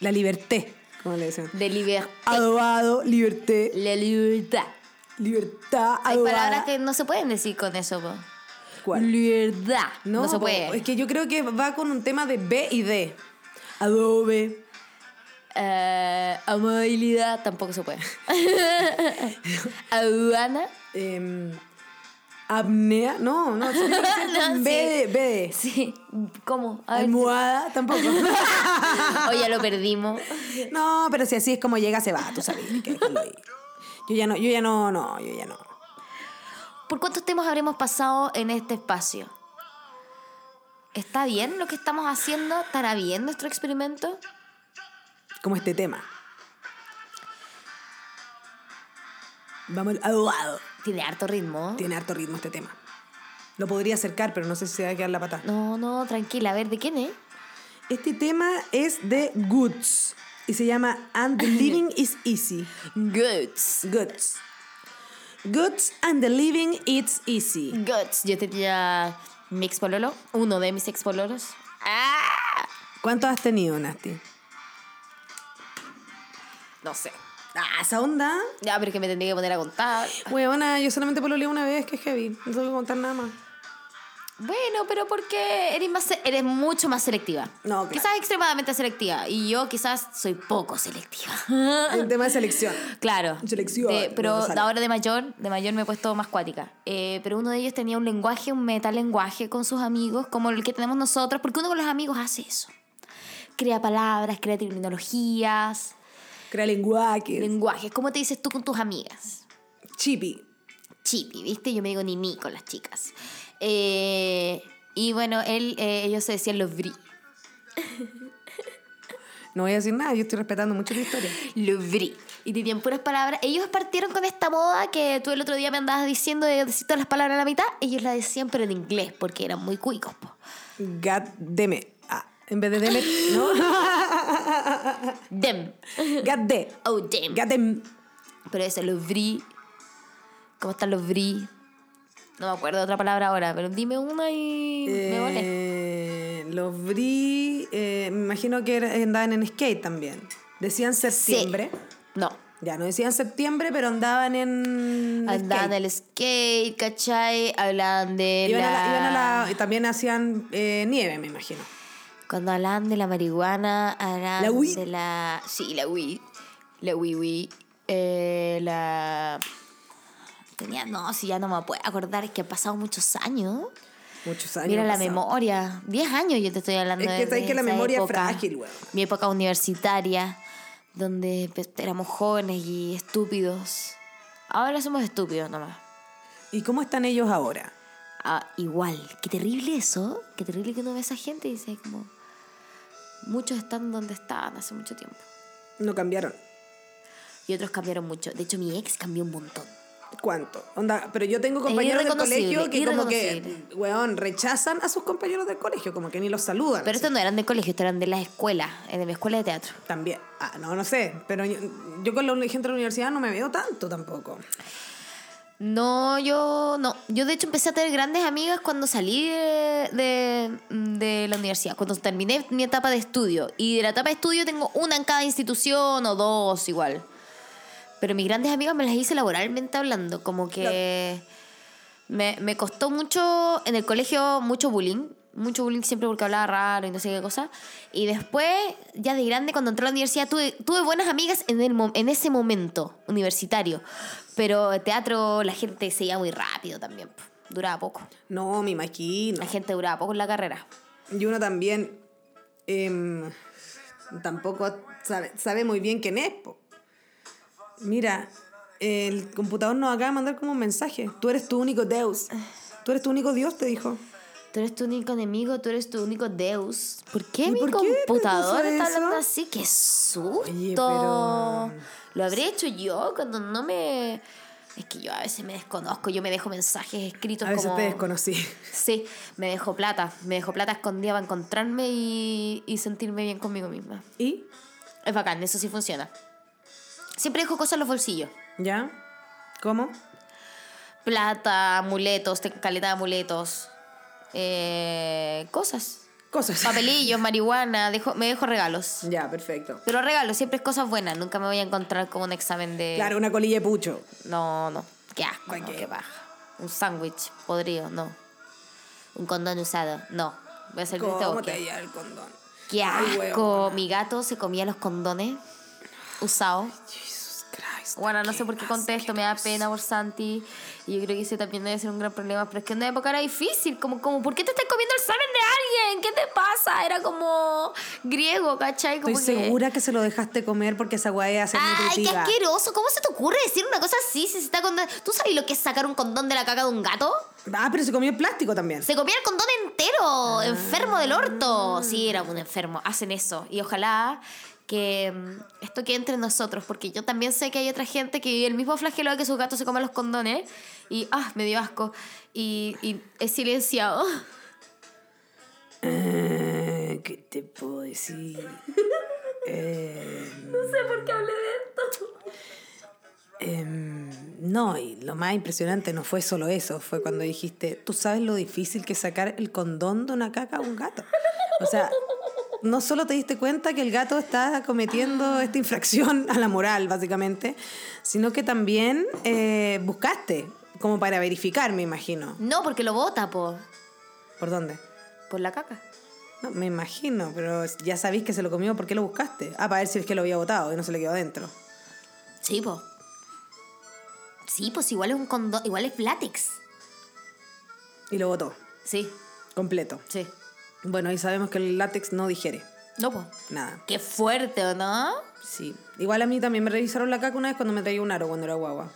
[SPEAKER 4] La libertad, como le decían.
[SPEAKER 3] De
[SPEAKER 4] Ah.
[SPEAKER 3] libertad.
[SPEAKER 4] Adobado, libertad,
[SPEAKER 3] La libertad.
[SPEAKER 4] libertad,
[SPEAKER 3] Hay
[SPEAKER 4] adobada.
[SPEAKER 3] palabras que no se pueden decir con eso. po.
[SPEAKER 4] Ah. ¿Cuál?
[SPEAKER 3] Libertad. No, se
[SPEAKER 4] po,
[SPEAKER 3] puede.
[SPEAKER 4] Es que yo creo que va con un tema de B y D. Adobe.
[SPEAKER 3] Eh, amabilidad tampoco se puede. Aduana.
[SPEAKER 4] em, apnea. No, no. tiene que ser
[SPEAKER 3] No,
[SPEAKER 4] con
[SPEAKER 3] sí.
[SPEAKER 4] B, de- B de.
[SPEAKER 3] Sí. ¿Cómo? A ver,
[SPEAKER 4] Almohada, tampoco.
[SPEAKER 3] O ya lo perdimos.
[SPEAKER 4] no, pero si así es como llega, se va. Tú sabes. hay que dejarlo ahí. Yo ya no, yo ya no, no, yo ya no.
[SPEAKER 3] ¿Por cuántos temas habremos pasado en este espacio? ¿Está bien lo que estamos haciendo? ¿Estará bien nuestro experimento?
[SPEAKER 4] Como este tema. Vamos al adobado.
[SPEAKER 3] Tiene harto ritmo.
[SPEAKER 4] Tiene harto ritmo este tema. Lo podría acercar, pero no sé si se va a quedar la patada.
[SPEAKER 3] No, no, tranquila. A ver, ¿de quién es?
[SPEAKER 4] Este tema es de Goods y se llama And the Living is Easy.
[SPEAKER 3] Goods.
[SPEAKER 4] Goods. Goods and the Living it's Easy.
[SPEAKER 3] Goods. Yo tenía mi ex pololo, uno de mis ex pololos. ¡Ah!
[SPEAKER 4] ¿Cuántos has tenido, Nasty?
[SPEAKER 3] No sé.
[SPEAKER 4] Ah, esa onda.
[SPEAKER 3] Ya, pero es que me tendría que poner a contar.
[SPEAKER 4] Huevona, yo solamente pololeé una vez, que es heavy. No tengo que contar nada más.
[SPEAKER 3] Bueno, pero porque eres, más, se- eres mucho más selectiva.
[SPEAKER 4] No, claro.
[SPEAKER 3] Quizás extremadamente selectiva. Y yo quizás soy poco selectiva.
[SPEAKER 4] Un tema de selección.
[SPEAKER 3] Claro.
[SPEAKER 4] Selección,
[SPEAKER 3] De- pero
[SPEAKER 4] no sale.
[SPEAKER 3] ahora de mayor, de mayor me he puesto más cuática. Eh, pero uno de ellos tenía un lenguaje, un metalenguaje con sus amigos, como el que tenemos nosotros, porque uno con los amigos hace eso. Crea palabras, crea terminologías,
[SPEAKER 4] Crea lenguaje.
[SPEAKER 3] lenguajes. ¿Cómo te dices tú con tus amigas?
[SPEAKER 4] Chippy.
[SPEAKER 3] Chipi, ¿viste? Yo me digo ni con las chicas. Eh, y bueno, él, eh, ellos se decían los bri.
[SPEAKER 4] No voy a decir nada, yo estoy respetando mucho tu historia.
[SPEAKER 3] Louvre. Y tenían puras palabras. Ellos partieron con esta moda que tú el otro día me andabas diciendo de decir todas las palabras a la mitad. Ellos la decían, pero en inglés, porque eran muy cuicos. po.
[SPEAKER 4] God damn it. Ah. En vez de Demet, ¿no?
[SPEAKER 3] Dem.
[SPEAKER 4] Got de.
[SPEAKER 3] Oh, damn.
[SPEAKER 4] Got them.
[SPEAKER 3] Pero eso, los bri. ¿Cómo están los bri? No me acuerdo otra palabra ahora, pero dime una y me vale.
[SPEAKER 4] Eh, los Bri, eh, me imagino que era- andaban en skate también. Decían septiembre.
[SPEAKER 3] No.
[SPEAKER 4] Ya, no decían septiembre, pero andaban en.
[SPEAKER 3] Andaban
[SPEAKER 4] skate.
[SPEAKER 3] del skate, ¿cachai? Hablaban de
[SPEAKER 4] Iban
[SPEAKER 3] la...
[SPEAKER 4] a la- iban a la- y también hacían eh, nieve, me imagino.
[SPEAKER 3] Cuando hablan de la marihuana, hablan
[SPEAKER 4] La weed.
[SPEAKER 3] de la... Sí, la weed. La wii wii. Eh, la... Tenía... No, si ya no me puedo acordar, es que han pasado muchos años.
[SPEAKER 4] Muchos años.
[SPEAKER 3] Mira la
[SPEAKER 4] pasados.
[SPEAKER 3] memoria. 10 años yo te estoy hablando
[SPEAKER 4] Es que
[SPEAKER 3] de-
[SPEAKER 4] sabes
[SPEAKER 3] de
[SPEAKER 4] que la
[SPEAKER 3] esa
[SPEAKER 4] memoria es
[SPEAKER 3] época.
[SPEAKER 4] frágil, weón.
[SPEAKER 3] Mi época universitaria, donde pues, éramos jóvenes y estúpidos. Ahora somos estúpidos nomás.
[SPEAKER 4] ¿Y cómo están ellos ahora?
[SPEAKER 3] Ah, igual, qué terrible eso, qué terrible que uno ve a esa gente y dice como, muchos están donde estaban hace mucho tiempo
[SPEAKER 4] No cambiaron.
[SPEAKER 3] y otros cambiaron mucho. De hecho, mi ex cambió un montón.
[SPEAKER 4] ¿Cuánto? Onda, pero yo tengo compañeros del
[SPEAKER 3] irreconocible,
[SPEAKER 4] colegio que como que,
[SPEAKER 3] irreconocible.
[SPEAKER 4] weón, rechazan a sus compañeros del colegio, como que ni los saludan.
[SPEAKER 3] Pero
[SPEAKER 4] así.
[SPEAKER 3] estos no eran de colegio, estos eran de las escuelas, eh, de mi escuela de teatro.
[SPEAKER 4] También, ah, no, no sé, pero yo, yo con la uni- gente de la universidad no me veo tanto tampoco.
[SPEAKER 3] No, yo no. Yo de hecho empecé a tener grandes amigas cuando salí de, de- de la universidad, cuando terminé mi etapa de estudio. Y de la etapa de estudio tengo una en cada institución o dos igual. Pero mis grandes amigas me las hice laboralmente hablando, como que me, me costó mucho en el colegio, mucho bullying. Mucho bullying siempre porque hablaba raro y no sé qué cosa. Y después, ya de grande, cuando entré a la universidad, tuve, tuve buenas amigas en, el, mo- en ese momento universitario. Pero el teatro, la gente se iba muy rápido también. po. Duraba poco.
[SPEAKER 4] No, me imagino.
[SPEAKER 3] La gente duraba poco en la carrera.
[SPEAKER 4] Y uno también em, tampoco sabe, sabe muy bien quién es. po. Mira, el computador nos acaba de mandar como un mensaje. Tú eres tu único Deus. Tú eres tu único Dios, te dijo.
[SPEAKER 3] Tú eres tu único enemigo, tú eres tu único Deus. ¿Por
[SPEAKER 4] ¿Y
[SPEAKER 3] qué mi
[SPEAKER 4] por qué te
[SPEAKER 3] computador
[SPEAKER 4] puso
[SPEAKER 3] está hablando
[SPEAKER 4] eso?
[SPEAKER 3] así? ¡Qué susto!
[SPEAKER 4] Oye, pero-
[SPEAKER 3] Lo habría hecho yo cuando no me. Es que yo a veces me desconozco, yo me dejo mensajes escritos
[SPEAKER 4] A veces
[SPEAKER 3] como.
[SPEAKER 4] te desconocí.
[SPEAKER 3] Sí, me dejo plata. Me dejo plata escondida para encontrarme y, y sentirme bien conmigo misma.
[SPEAKER 4] ¿Y?
[SPEAKER 3] Es bacán, eso sí funciona. Siempre dejo cosas en los bolsillos.
[SPEAKER 4] ¿Ya? ¿Cómo?
[SPEAKER 3] Plata, amuletos, te- caleta de amuletos. eh, cosas.
[SPEAKER 4] Cosas.
[SPEAKER 3] Papelillos, marihuana, dejo, me dejo regalos.
[SPEAKER 4] Ya, perfecto.
[SPEAKER 3] Pero regalos, siempre es cosas buenas. Nunca me voy a encontrar con un examen de...
[SPEAKER 4] Claro, una colilla de pucho.
[SPEAKER 3] No, no. Qué asco,
[SPEAKER 4] ¿Para
[SPEAKER 3] no,
[SPEAKER 4] qué?
[SPEAKER 3] qué paja. Un sándwich podrido, no. Un condón usado, no. Voy a hacer
[SPEAKER 4] ¿Cómo
[SPEAKER 3] esto.
[SPEAKER 4] te lleva el condón?
[SPEAKER 3] Qué
[SPEAKER 4] Ay,
[SPEAKER 3] asco. Mi gato se comía los condones usados.
[SPEAKER 4] Jesus Christ.
[SPEAKER 3] Bueno, no sé por qué conté esto, me da pena por Santi. Y yo creo que ese también debe ser un gran problema. Pero es que en una época era difícil. Como, como ¿por qué te estás comiendo el examen de alguien? ¿Qué te pasa? Era como griego, ¿cachai? Como
[SPEAKER 4] Estoy
[SPEAKER 3] que-
[SPEAKER 4] segura que se lo dejaste comer porque esa weá es hacer
[SPEAKER 3] Ay, qué
[SPEAKER 4] nutritiva.
[SPEAKER 3] asqueroso. ¿Cómo se te ocurre decir una cosa así si se está con... ¿Tú sabes lo que es sacar un condón de la caca de un gato?
[SPEAKER 4] Ah, pero se comió el plástico también.
[SPEAKER 3] Se comía el condón entero, enfermo del orto. Sí, era un enfermo. Hacen eso. Y ojalá que mm, esto quede entre nosotros, porque yo también sé que hay otra gente que vive el mismo flagelo de que sus gatos se coman los condones. Y, ah, me dio asco. Y, y es silenciado.
[SPEAKER 4] Eh, ¿Qué te puedo decir? Em, no sé por qué hablé de esto. em, no, y lo más impresionante no fue solo eso, fue cuando dijiste, tú sabes lo difícil que es sacar el condón de una caca a un gato. O sea, no solo te diste cuenta que el gato está cometiendo esta infracción a la moral, básicamente, sino que también eh, buscaste, como para verificar, me imagino.
[SPEAKER 3] No, porque lo bota por,
[SPEAKER 4] ¿Por dónde?
[SPEAKER 3] por la caca.
[SPEAKER 4] No, me imagino, pero ya sabéis que se lo comió, ¿por qué lo buscaste? Ah, para ver si es que lo había botado y no se le quedó adentro.
[SPEAKER 3] Sí, po. Sí, pues igual es un condón, igual es látex.
[SPEAKER 4] Y lo botó,
[SPEAKER 3] Sí,
[SPEAKER 4] completo.
[SPEAKER 3] sí.
[SPEAKER 4] Bueno, y sabemos que el látex no pues, digiere,
[SPEAKER 3] No, po.
[SPEAKER 4] nada.
[SPEAKER 3] Qué fuerte, ¿o no?
[SPEAKER 4] Sí. Igual a mí también me revisaron la caca una vez cuando me traía un aro cuando era guagua.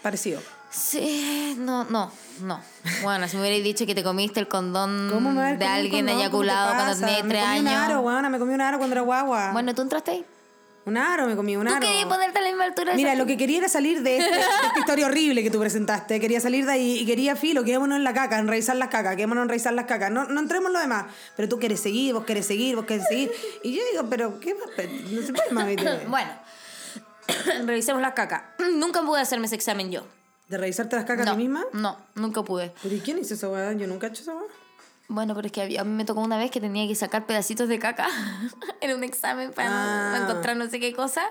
[SPEAKER 4] Parecido.
[SPEAKER 3] Sí, no, no, no. Bueno, si me hubierais dicho que te comiste el condón
[SPEAKER 4] ¿Cómo me va a haber
[SPEAKER 3] Mm, de
[SPEAKER 4] comido
[SPEAKER 3] alguien
[SPEAKER 4] un condón? ¿Cómo te
[SPEAKER 3] eyaculado cuando
[SPEAKER 4] pasa?
[SPEAKER 3] tenías
[SPEAKER 4] me
[SPEAKER 3] tres
[SPEAKER 4] comí un
[SPEAKER 3] años.
[SPEAKER 4] aro, guana, me comí un aro cuando era guagua.
[SPEAKER 3] Bueno, ¿tú entraste ahí?
[SPEAKER 4] Un aro, me comí un
[SPEAKER 3] Tú
[SPEAKER 4] aro.
[SPEAKER 3] querías ponerte a la misma altura. de
[SPEAKER 4] Mira,
[SPEAKER 3] esa-
[SPEAKER 4] lo que quería era salir de, este- de esta historia horrible que tú presentaste. Quería salir de ahí y quería filo, quedémonos en la caca, en revisar las cacas, quedémonos en revisar las cacas. No, no entremos en lo demás. Pero tú quieres seguir, vos querés seguir, vos querés seguir. Y yo digo, pero ¿qué más? pe- No se puede, mami. De,
[SPEAKER 3] Bueno, revisemos la caca. Nunca pude hacerme ese examen yo.
[SPEAKER 4] de revisarte las cacas a
[SPEAKER 3] No,
[SPEAKER 4] ti misma.
[SPEAKER 3] no, nunca pude.
[SPEAKER 4] Pero ¿y quién hizo esa weá? Yo nunca he hecho esa weá.
[SPEAKER 3] Bueno, pero es que había- a mí me tocó una vez que tenía que sacar pedacitos de caca en un examen para, no-
[SPEAKER 4] Ah.
[SPEAKER 3] para encontrar no sé qué cosa.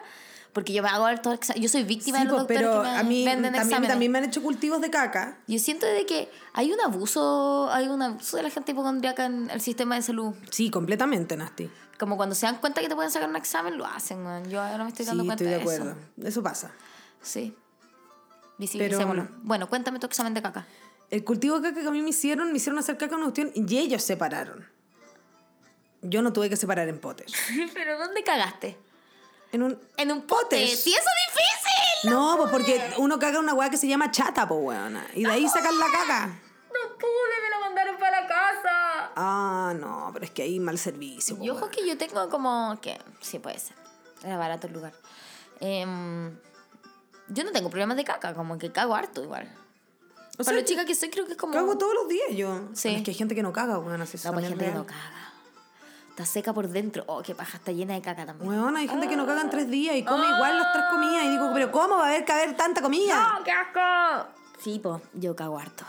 [SPEAKER 3] Porque yo me hago harto exa- Yo soy víctima
[SPEAKER 4] Sí,
[SPEAKER 3] de
[SPEAKER 4] po,
[SPEAKER 3] los doctores
[SPEAKER 4] pero
[SPEAKER 3] que me
[SPEAKER 4] a mí
[SPEAKER 3] venden
[SPEAKER 4] también,
[SPEAKER 3] exámenes.
[SPEAKER 4] también me han hecho cultivos de caca.
[SPEAKER 3] Yo siento de que hay un abuso, hay un abuso de la gente hipocondríaca en el sistema de salud.
[SPEAKER 4] Sí, completamente, Nasty.
[SPEAKER 3] Como cuando se dan cuenta que te pueden sacar un examen, lo hacen, weón. Yo ahora me estoy
[SPEAKER 4] Sí,
[SPEAKER 3] dando cuenta
[SPEAKER 4] estoy de
[SPEAKER 3] eso.
[SPEAKER 4] acuerdo. Eso, pasa.
[SPEAKER 3] Sí. Visibilicémoslo. Bueno, cuéntame tu examen de caca.
[SPEAKER 4] El cultivo de caca que a mí me hicieron, me hicieron hacer caca una cuestión y ellos separaron. Yo no tuve que separar en potes.
[SPEAKER 3] ¿Pero dónde cagaste?
[SPEAKER 4] En un...
[SPEAKER 3] En un pote.
[SPEAKER 4] Potes.
[SPEAKER 3] ¡Sí, eso es difícil!
[SPEAKER 4] No, pues porque uno caga una weá que se llama chata, po weona. Y de ahí sacan la caca.
[SPEAKER 3] ¡No pude! ¡Me lo mandaron para la casa!
[SPEAKER 4] Ah, no, pero es que ahí mal servicio. po,
[SPEAKER 3] Y
[SPEAKER 4] weona.
[SPEAKER 3] ojo que yo tengo como que... Sí, puede ser. Era barato el lugar. Em, yo no tengo problemas de caca, como que cago harto igual.
[SPEAKER 4] O
[SPEAKER 3] para
[SPEAKER 4] sea,
[SPEAKER 3] lo chica que soy creo que es como...
[SPEAKER 4] Cago todos los días yo.
[SPEAKER 3] Sí.
[SPEAKER 4] Pero Es que hay gente que no caga, weona. si eso
[SPEAKER 3] No, pues hay
[SPEAKER 4] también
[SPEAKER 3] gente que
[SPEAKER 4] es
[SPEAKER 3] no
[SPEAKER 4] real.
[SPEAKER 3] caga. Está seca por dentro. Oh, qué paja, está llena de caca también.
[SPEAKER 4] Weona, hay gente que no caga en tres días y come igual las tres comidas. Y digo,
[SPEAKER 3] Ah.
[SPEAKER 4] pero ¿cómo va a haber caber tanta comida?
[SPEAKER 3] ¡Oh, qué asco! Sí, po, yo cago harto.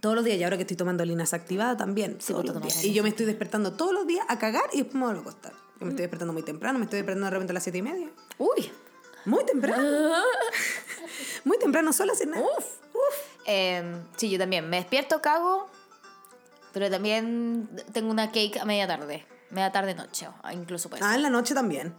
[SPEAKER 4] Todos los días, y ahora que estoy tomando linas activada también.
[SPEAKER 3] Sí,
[SPEAKER 4] todos
[SPEAKER 3] pues tú
[SPEAKER 4] los
[SPEAKER 3] tomas
[SPEAKER 4] días.
[SPEAKER 3] linaza.
[SPEAKER 4] Y yo me estoy despertando todos los días a cagar y después me vuelvo a acostar. Yo me
[SPEAKER 3] Mm.
[SPEAKER 4] estoy despertando muy temprano, me estoy despertando de repente a las siete y media.
[SPEAKER 3] ¡Uy!
[SPEAKER 4] Muy temprano. muy temprano, sola sin nada.
[SPEAKER 3] Uf. Em, sí, yo también. Me despierto, cago, pero también tengo una cake a media tarde. Media tarde noche, o incluso puede
[SPEAKER 4] Ah,
[SPEAKER 3] ser.
[SPEAKER 4] en la noche también.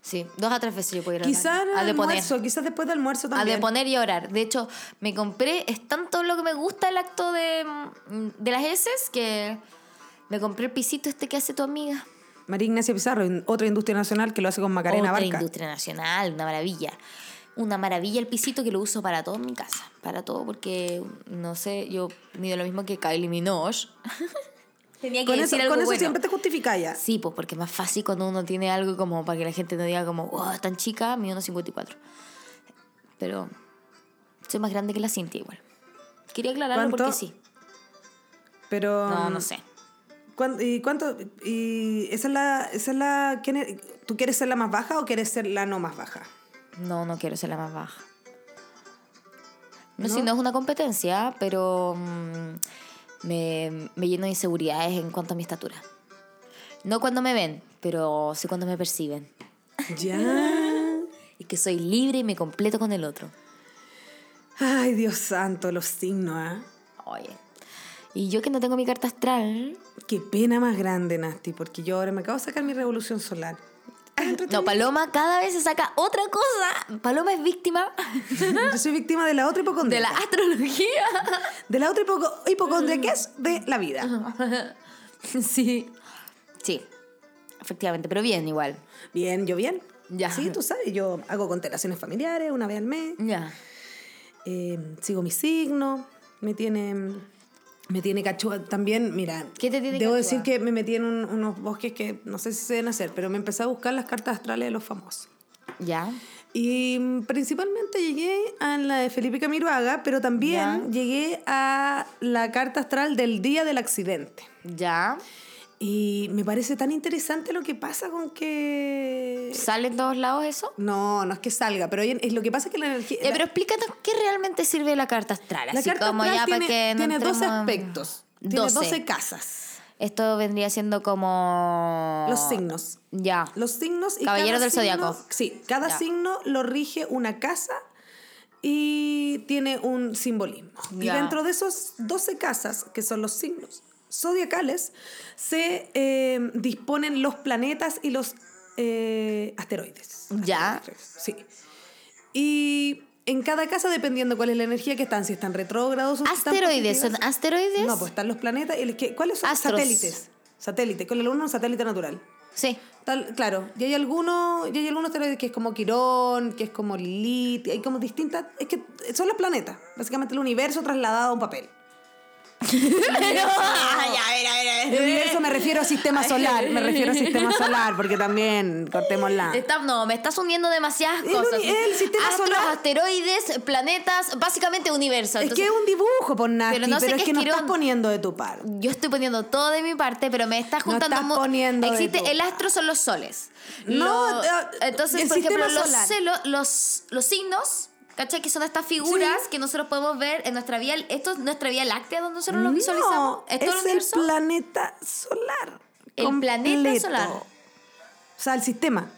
[SPEAKER 3] Sí, dos a tres veces yo puedo ir a la- Ah,
[SPEAKER 4] Quizás
[SPEAKER 3] a
[SPEAKER 4] al
[SPEAKER 3] deponer.
[SPEAKER 4] almuerzo, quizás después del almuerzo
[SPEAKER 3] A
[SPEAKER 4] también.
[SPEAKER 3] deponer y orar. De hecho, me compré, es tanto lo que me gusta el acto de, mm, de las heces que me compré el pisito este que hace tu amiga.
[SPEAKER 4] María Ignacia Pizarro, in- otra industria nacional que lo hace con Macarena
[SPEAKER 3] Otra
[SPEAKER 4] Barca.
[SPEAKER 3] industria nacional, una maravilla. Una maravilla el pisito que lo uso para todo en mi casa. Para todo, porque no sé, yo mido lo mismo que Kylie Minogue. Tenía que
[SPEAKER 4] Con eso,
[SPEAKER 3] decir algo
[SPEAKER 4] con eso
[SPEAKER 3] bueno.
[SPEAKER 4] siempre te justificáis ya.
[SPEAKER 3] Sí, pues porque es más fácil cuando uno tiene algo como para que la gente no diga como, wow, tan chica, mido 1,54. Pero soy más grande que la Cintia igual. Quería aclararlo
[SPEAKER 4] ¿Cuánto?
[SPEAKER 3] porque sí.
[SPEAKER 4] Pero. mm,
[SPEAKER 3] No, no sé.
[SPEAKER 4] ¿cuán- ¿Y cuánto? ¿Y esa es la. Esa es la ¿quién es- ¿Tú quieres ser la más baja o quieres ser la no más baja?
[SPEAKER 3] No, no quiero ser la más baja. No, si no es una competencia, pero mm, me, me lleno de inseguridades en cuanto a mi estatura. No cuando me ven, pero sí cuando me perciben.
[SPEAKER 4] Ya.
[SPEAKER 3] Es que soy libre y me completo con el otro.
[SPEAKER 4] Ay, Dios santo, los signos, ¿ah?
[SPEAKER 3] Oye. Y yo que no tengo mi carta astral.
[SPEAKER 4] Qué pena más grande, Nasty, porque yo ahora me acabo de sacar mi revolución solar.
[SPEAKER 3] No, Paloma cada vez se saca otra cosa. Paloma es víctima
[SPEAKER 4] Yo soy víctima de la otra hipocondria.
[SPEAKER 3] de la astrología.
[SPEAKER 4] De la otra hipoco- hipocondria que es de la vida.
[SPEAKER 3] Sí. Sí, efectivamente, pero bien igual.
[SPEAKER 4] Bien, yo bien.
[SPEAKER 3] Ya.
[SPEAKER 4] Sí, tú sabes, yo hago constelaciones familiares una vez al mes.
[SPEAKER 3] Ya.
[SPEAKER 4] eh, sigo mi signo, me tiene, me tiene cachua también, mira,
[SPEAKER 3] ¿Qué te tiene
[SPEAKER 4] debo
[SPEAKER 3] cachúa?
[SPEAKER 4] decir que me metí en un- unos bosques que no sé si se deben hacer, pero me empecé a buscar las cartas astrales de los famosos.
[SPEAKER 3] Ya.
[SPEAKER 4] Y mm, principalmente llegué a la de Felipe Camiroaga, pero también
[SPEAKER 3] Ya.
[SPEAKER 4] llegué a la carta astral del día del accidente.
[SPEAKER 3] Ya.
[SPEAKER 4] Y me parece tan interesante lo que pasa con que...
[SPEAKER 3] ¿Sale en todos lados eso?
[SPEAKER 4] No, no es que salga, pero hay- es lo que pasa es que Eh, la energía...
[SPEAKER 3] Ya, Eh, pero explícanos qué realmente sirve la carta astral.
[SPEAKER 4] La
[SPEAKER 3] así
[SPEAKER 4] carta
[SPEAKER 3] como
[SPEAKER 4] astral
[SPEAKER 3] ya
[SPEAKER 4] tiene,
[SPEAKER 3] para que no
[SPEAKER 4] tiene 12
[SPEAKER 3] entremos en-
[SPEAKER 4] aspectos. Tiene
[SPEAKER 3] 12.
[SPEAKER 4] 12 casas.
[SPEAKER 3] Esto vendría siendo como.
[SPEAKER 4] Los signos.
[SPEAKER 3] Ya.
[SPEAKER 4] Los signos y
[SPEAKER 3] Caballeros
[SPEAKER 4] cada
[SPEAKER 3] del
[SPEAKER 4] signo-
[SPEAKER 3] Zodiaco.
[SPEAKER 4] Sí, cada
[SPEAKER 3] Ya.
[SPEAKER 4] signo lo rige una casa y tiene un simbolismo.
[SPEAKER 3] Ya.
[SPEAKER 4] Y dentro de esos 12 casas, que son los signos zodiacales, se eh, disponen los planetas y los eh, asteroides.
[SPEAKER 3] Ya.
[SPEAKER 4] Asteroides, Sí. Y en cada casa, dependiendo cuál es la energía que están, si están retrógrados o si están
[SPEAKER 3] Asteroides.
[SPEAKER 4] positivos.
[SPEAKER 3] ¿Son asteroides?
[SPEAKER 4] No, pues están los planetas. y el que- ¿Cuáles son?
[SPEAKER 3] Astros.
[SPEAKER 4] Satélites. Satélite. Con la luna un satélite natural.
[SPEAKER 3] Sí.
[SPEAKER 4] Tal- claro. Y hay algunos, y hay algunos asteroides que es como Quirón, que es como Lilith, hay como distintas. Es que son los planetas. Básicamente el universo trasladado a un papel.
[SPEAKER 3] Ay, a ver, a ver, a
[SPEAKER 4] De
[SPEAKER 3] ver.
[SPEAKER 4] universo me refiero a sistema solar,
[SPEAKER 3] eh.
[SPEAKER 4] me refiero a sistema solar, porque también cortémosla.
[SPEAKER 3] Te está- no, me estás hundiendo demasiadas
[SPEAKER 4] El
[SPEAKER 3] cosas.
[SPEAKER 4] uni- el sistema
[SPEAKER 3] Astros,
[SPEAKER 4] solar.
[SPEAKER 3] asteroides, planetas, básicamente universo.
[SPEAKER 4] Es que
[SPEAKER 3] Entonces,
[SPEAKER 4] es un dibujo, por Nati, pero,
[SPEAKER 3] Pero no sé
[SPEAKER 4] es
[SPEAKER 3] qué
[SPEAKER 4] que no
[SPEAKER 3] estirón.
[SPEAKER 4] estás poniendo de tu par.
[SPEAKER 3] Yo estoy poniendo todo de mi parte, pero me estás
[SPEAKER 4] No
[SPEAKER 3] juntando
[SPEAKER 4] estás
[SPEAKER 3] mu-
[SPEAKER 4] poniendo de
[SPEAKER 3] Existe
[SPEAKER 4] tu
[SPEAKER 3] el astro son los soles.
[SPEAKER 4] No,
[SPEAKER 3] Lo-
[SPEAKER 4] eh,
[SPEAKER 3] entonces
[SPEAKER 4] el
[SPEAKER 3] por ejemplo
[SPEAKER 4] sistema
[SPEAKER 3] los,
[SPEAKER 4] solar.
[SPEAKER 3] celo- los los signos ¿Cachai? Que son estas figuras que nosotros podemos ver en nuestra vía. Esto es nuestra vía láctea donde nosotros lo visualizamos.
[SPEAKER 4] No,
[SPEAKER 3] ¿Es
[SPEAKER 4] es
[SPEAKER 3] todo el
[SPEAKER 4] el
[SPEAKER 3] universo?
[SPEAKER 4] planeta solar.
[SPEAKER 3] El planeta
[SPEAKER 4] completo.
[SPEAKER 3] solar.
[SPEAKER 4] O sea, el sistema.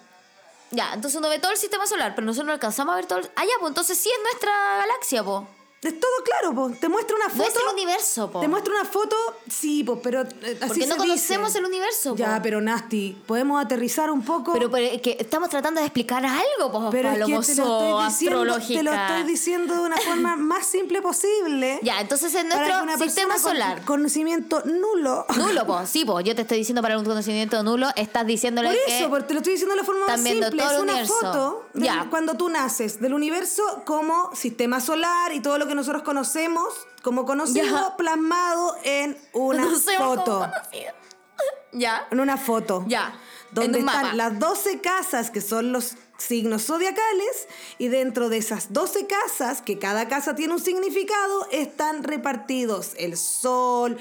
[SPEAKER 3] Ya, entonces uno ve todo el sistema solar, pero nosotros no alcanzamos a ver todo el. Ah, ya, pues entonces sí es nuestra galaxia, po.
[SPEAKER 4] Es todo claro, po. Te muestra una
[SPEAKER 3] No es
[SPEAKER 4] foto.
[SPEAKER 3] el universo, po.
[SPEAKER 4] Te muestra una foto, sí, po, pero eh, así
[SPEAKER 3] Porque no
[SPEAKER 4] se
[SPEAKER 3] conocemos
[SPEAKER 4] dice.
[SPEAKER 3] el universo, po.
[SPEAKER 4] Ya, pero Nasty, podemos aterrizar un poco.
[SPEAKER 3] Pero, pero es que estamos tratando de explicar algo, po,
[SPEAKER 4] Pero es
[SPEAKER 3] Palomo,
[SPEAKER 4] que te lo, estoy diciendo,
[SPEAKER 3] astrológica.
[SPEAKER 4] te lo estoy diciendo de una forma más simple posible.
[SPEAKER 3] Ya, entonces es
[SPEAKER 4] para que una
[SPEAKER 3] nuestro sistema
[SPEAKER 4] persona con
[SPEAKER 3] solar.
[SPEAKER 4] conocimiento nulo.
[SPEAKER 3] Nulo, po. Sí, po. Yo te estoy diciendo para un conocimiento nulo, estás diciéndole
[SPEAKER 4] Por
[SPEAKER 3] que...
[SPEAKER 4] eso, porque te lo estoy diciendo de la forma más
[SPEAKER 3] están viendo
[SPEAKER 4] simple.
[SPEAKER 3] todo
[SPEAKER 4] Es
[SPEAKER 3] el
[SPEAKER 4] una
[SPEAKER 3] universo.
[SPEAKER 4] foto de
[SPEAKER 3] Ya.
[SPEAKER 4] cuando tú naces del universo como sistema solar y todo lo que nosotros conocemos, como conocemos,
[SPEAKER 3] Ya.
[SPEAKER 4] plasmado en una
[SPEAKER 3] Conocemos como
[SPEAKER 4] foto.
[SPEAKER 3] conocido. Ya.
[SPEAKER 4] En una foto.
[SPEAKER 3] Ya.
[SPEAKER 4] Donde
[SPEAKER 3] En un
[SPEAKER 4] están
[SPEAKER 3] mapa.
[SPEAKER 4] las 12 casas que son los signos zodiacales y dentro de esas 12 casas, que cada casa tiene un significado, están repartidos el Sol,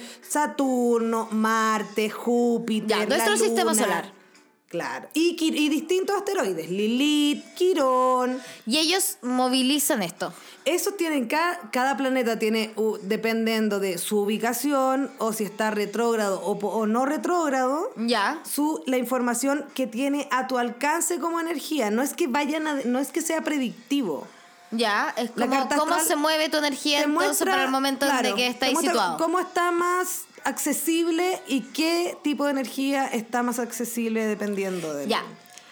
[SPEAKER 4] Saturno, Marte, Júpiter.
[SPEAKER 3] Ya,
[SPEAKER 4] la
[SPEAKER 3] nuestro sistema
[SPEAKER 4] Luna.
[SPEAKER 3] solar.
[SPEAKER 4] Claro. Y, qui- y distintos asteroides, Lilith, Quirón.
[SPEAKER 3] Y ellos movilizan esto.
[SPEAKER 4] Esos tienen cada, cada planeta tiene u- dependiendo de su ubicación o si está retrógrado o, po- o no retrógrado
[SPEAKER 3] Ya.
[SPEAKER 4] su la información que tiene a tu alcance como energía. No es que vayan a- no es que sea predictivo.
[SPEAKER 3] Ya. Es
[SPEAKER 4] La
[SPEAKER 3] como
[SPEAKER 4] carta
[SPEAKER 3] cómo
[SPEAKER 4] astral
[SPEAKER 3] se mueve tu energía
[SPEAKER 4] Te
[SPEAKER 3] entonces
[SPEAKER 4] muestra,
[SPEAKER 3] para el momento en de
[SPEAKER 4] claro,
[SPEAKER 3] que
[SPEAKER 4] te
[SPEAKER 3] estáis
[SPEAKER 4] muestra
[SPEAKER 3] situados.
[SPEAKER 4] Cómo está más accesible y qué tipo de energía está más accesible dependiendo de
[SPEAKER 3] Ya.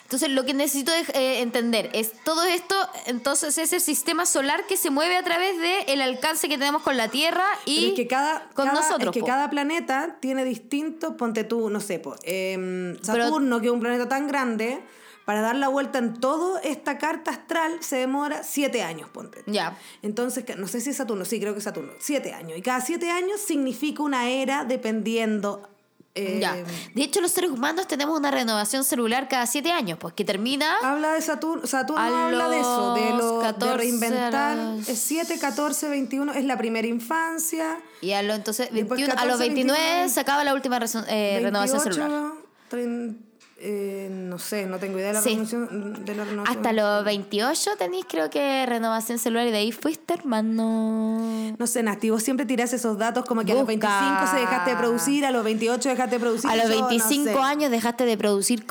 [SPEAKER 3] Entonces lo que necesito es, eh, entender es todo esto, entonces es el sistema solar que se mueve a través del el alcance que tenemos con la Tierra y
[SPEAKER 4] Pero es que cada,
[SPEAKER 3] con
[SPEAKER 4] cada-
[SPEAKER 3] nosotros.
[SPEAKER 4] es que
[SPEAKER 3] po.
[SPEAKER 4] cada planeta tiene distintos, ponte tú, no sé, po, em,
[SPEAKER 3] Pero-
[SPEAKER 4] Saturno, que es un planeta tan grande, para dar la vuelta en toda esta carta astral se demora siete años, ponte. tú.
[SPEAKER 3] Ya.
[SPEAKER 4] Entonces, ca- no sé si es Saturno, sí, creo que es Saturno, siete años. Y cada siete años significa una era dependiendo... em,
[SPEAKER 3] Ya. De hecho, los seres humanos tenemos una renovación celular cada siete años, pues que termina.
[SPEAKER 4] Habla de Saturno, Saturno
[SPEAKER 3] A
[SPEAKER 4] habla de eso, de,
[SPEAKER 3] los
[SPEAKER 4] lo,
[SPEAKER 3] 14
[SPEAKER 4] de
[SPEAKER 3] a
[SPEAKER 4] reinventar.
[SPEAKER 3] los-
[SPEAKER 4] Es 7, 14, 21, es la primera infancia.
[SPEAKER 3] Y a lo, entonces,
[SPEAKER 4] Después
[SPEAKER 3] 21 a
[SPEAKER 4] 14,
[SPEAKER 3] los 29
[SPEAKER 4] 29,
[SPEAKER 3] se acaba la última reso- eh, renovación celular.
[SPEAKER 4] 30, eh, no sé, no tengo idea de la
[SPEAKER 3] Sí.
[SPEAKER 4] renovación. De la renovación.
[SPEAKER 3] Hasta los 28 tenéis, creo que, renovación celular y de ahí fuiste, hermano.
[SPEAKER 4] No sé, Nasti, vos siempre tirás esos datos como que a los
[SPEAKER 3] Busca.
[SPEAKER 4] 25 se dejaste de producir, a los 28 dejaste de producir.
[SPEAKER 3] A los
[SPEAKER 4] yo no
[SPEAKER 3] 25
[SPEAKER 4] sé.
[SPEAKER 3] años dejaste de producir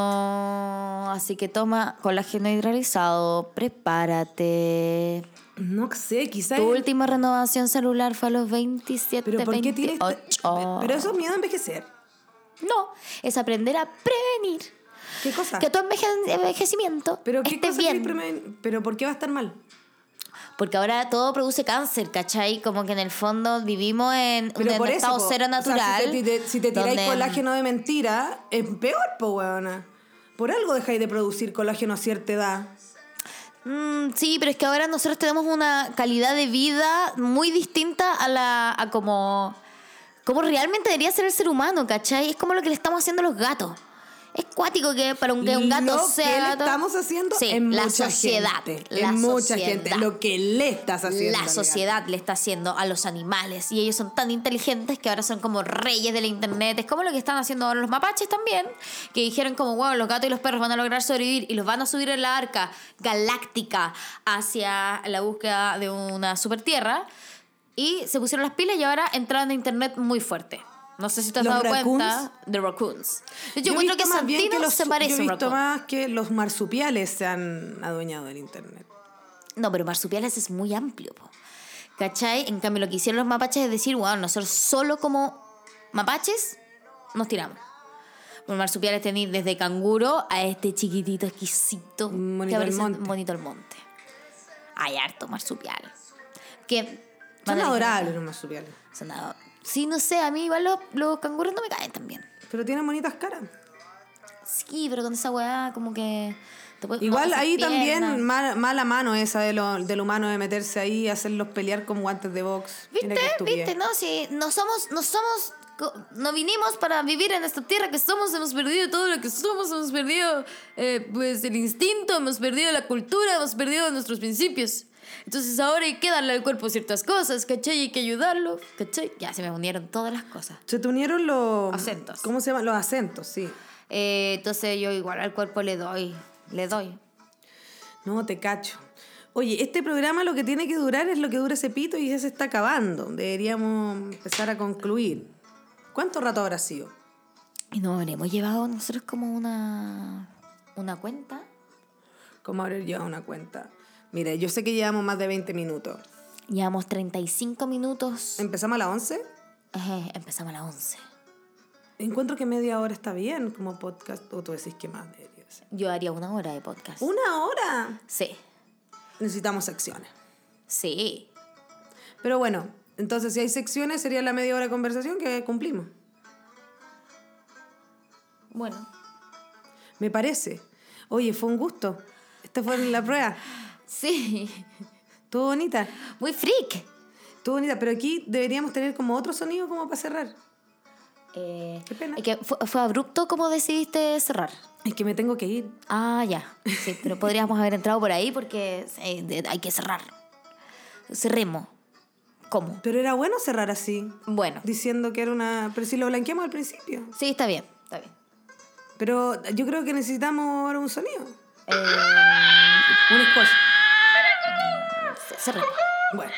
[SPEAKER 3] colágeno. Así que toma colágeno hidrolizado, prepárate.
[SPEAKER 4] No sé, quizás.
[SPEAKER 3] Tu última renovación celular fue a los 27,
[SPEAKER 4] Pero ¿por qué tienes.?
[SPEAKER 3] 28.
[SPEAKER 4] Pero eso es miedo a envejecer.
[SPEAKER 3] No, es aprender a prevenir
[SPEAKER 4] ¿Qué cosa?
[SPEAKER 3] que tu enveje- envejecimiento
[SPEAKER 4] pero qué
[SPEAKER 3] esté
[SPEAKER 4] cosa
[SPEAKER 3] bien.
[SPEAKER 4] querés preven- Pero ¿por qué va a estar mal?
[SPEAKER 3] Porque ahora todo produce cáncer, ¿cachai? Como que en el fondo vivimos en
[SPEAKER 4] Pero
[SPEAKER 3] un
[SPEAKER 4] por eso,
[SPEAKER 3] estado
[SPEAKER 4] po.
[SPEAKER 3] cero
[SPEAKER 4] O sea, si te-
[SPEAKER 3] natural.
[SPEAKER 4] si te, si te tiráis
[SPEAKER 3] donde-
[SPEAKER 4] colágeno de mentira, es peor, po, weona. Por algo dejáis de producir colágeno a cierta edad.
[SPEAKER 3] Mm, sí, pero es que ahora nosotros tenemos una calidad de vida muy distinta a la a como como realmente debería ser el ser humano, ¿cachai? Es como lo que le estamos haciendo a los gatos. Es cuático que para un, que un gato
[SPEAKER 4] lo
[SPEAKER 3] sea
[SPEAKER 4] que le
[SPEAKER 3] gato-
[SPEAKER 4] estamos haciendo
[SPEAKER 3] Sí,
[SPEAKER 4] en
[SPEAKER 3] la
[SPEAKER 4] mucha
[SPEAKER 3] sociedad,
[SPEAKER 4] gente,
[SPEAKER 3] la
[SPEAKER 4] en mucha
[SPEAKER 3] sociedad.
[SPEAKER 4] gente, lo que le estás haciendo.
[SPEAKER 3] la
[SPEAKER 4] al
[SPEAKER 3] sociedad le está haciendo a los animales y ellos son tan inteligentes que ahora son como reyes del internet. Es como lo que están haciendo ahora los mapaches también, que dijeron como, wow, los gatos y los perros van a lograr sobrevivir y los van a subir en la arca galáctica hacia la búsqueda de una super tierra. Y se pusieron las pilas y ahora entraron a internet muy fuerte. No sé si te has
[SPEAKER 4] ¿Los
[SPEAKER 3] dado
[SPEAKER 4] raccoons?
[SPEAKER 3] cuenta de raccoons. De hecho,
[SPEAKER 4] gato.
[SPEAKER 3] encuentro
[SPEAKER 4] he visto
[SPEAKER 3] que
[SPEAKER 4] más bien
[SPEAKER 3] Santino se parece
[SPEAKER 4] Yo
[SPEAKER 3] a
[SPEAKER 4] he
[SPEAKER 3] un
[SPEAKER 4] visto
[SPEAKER 3] raccoon.
[SPEAKER 4] más que los marsupiales se han adueñado del internet.
[SPEAKER 3] No, pero marsupiales es muy amplio, po. ¿cachai? En cambio, lo que hicieron los mapaches es decir, wow, nosotros solo como mapaches nos tiramos. Los marsupiales tenéis desde canguro a este chiquitito exquisito
[SPEAKER 4] Monito
[SPEAKER 3] que
[SPEAKER 4] al
[SPEAKER 3] aparece en
[SPEAKER 4] monte.
[SPEAKER 3] Monito al Monte. Hay harto marsupial. Que
[SPEAKER 4] Son
[SPEAKER 3] van a-
[SPEAKER 4] adorables los marsupiales,
[SPEAKER 3] Son ador- Sí, no sé, a mí igual los, los canguros no me caen tan bien.
[SPEAKER 4] pero tienen bonitas caras.
[SPEAKER 3] Sí, pero con esa weá como que Te puede-
[SPEAKER 4] Igual
[SPEAKER 3] esas
[SPEAKER 4] ahí también
[SPEAKER 3] piernas.
[SPEAKER 4] ma- mala mano esa de lo- del humano de meterse ahí y hacerlos pelear con guantes de box. Mira
[SPEAKER 3] ¿Viste?
[SPEAKER 4] qué estupidez.
[SPEAKER 3] ¿Viste? No, si no somos, no somos, co- no vinimos para vivir en esta tierra que somos, hemos perdido todo lo que somos, hemos perdido eh, pues el instinto, hemos perdido la cultura, hemos perdido nuestros principios. Entonces ahora hay que darle al cuerpo ciertas cosas, ¿cachai? Y hay que ayudarlo, ¿cachai? Ya se me unieron todas las cosas.
[SPEAKER 4] Se te unieron los...
[SPEAKER 3] Acentos.
[SPEAKER 4] ¿Cómo se llama? Los acentos, sí.
[SPEAKER 3] Eh, entonces yo igual al cuerpo le doy, le doy.
[SPEAKER 4] No, te cacho. Oye, este programa lo que tiene que durar es lo que dura ese pito y ya se está acabando. Deberíamos empezar a concluir. ¿Cuánto rato habrá sido?
[SPEAKER 3] Y nos habremos llevado nosotros como una, una cuenta.
[SPEAKER 4] ¿Cómo habré llevado una cuenta? Mira, yo sé que llevamos más de 20 minutos.
[SPEAKER 3] Llevamos 35 minutos.
[SPEAKER 4] ¿Empezamos a las 11?
[SPEAKER 3] Ejé, empezamos a las 11.
[SPEAKER 4] Encuentro que media hora está bien como podcast. O tú decís que más debería ser.
[SPEAKER 3] Yo haría una hora de podcast.
[SPEAKER 4] ¡Una hora!
[SPEAKER 3] Sí,
[SPEAKER 4] Necesitamos secciones.
[SPEAKER 3] sí.
[SPEAKER 4] Pero bueno, entonces si hay secciones sería la media hora de conversación que cumplimos.
[SPEAKER 3] Bueno.
[SPEAKER 4] Me parece. Oye, fue un gusto. Esta fue la prueba.
[SPEAKER 3] Sí.
[SPEAKER 4] Estuvo bonita.
[SPEAKER 3] Muy freak.
[SPEAKER 4] Estuvo bonita, pero aquí deberíamos tener como otro sonido como para cerrar.
[SPEAKER 3] Eh,
[SPEAKER 4] Qué pena.
[SPEAKER 3] es que fue, fue abrupto como decidiste cerrar.
[SPEAKER 4] Es que me tengo que ir.
[SPEAKER 3] Ah, ya. Sí, pero podríamos haber entrado por ahí porque eh, de- hay que cerrar. Cerremos. ¿Cómo?
[SPEAKER 4] Pero era bueno cerrar así,
[SPEAKER 3] Bueno.
[SPEAKER 4] diciendo que era una... Pero si lo blanqueamos al principio.
[SPEAKER 3] Sí, está bien. Está bien.
[SPEAKER 4] Pero yo creo que necesitamos ahora un sonido.
[SPEAKER 3] Eh,
[SPEAKER 4] Un squash.
[SPEAKER 3] cerremos.
[SPEAKER 4] Bueno,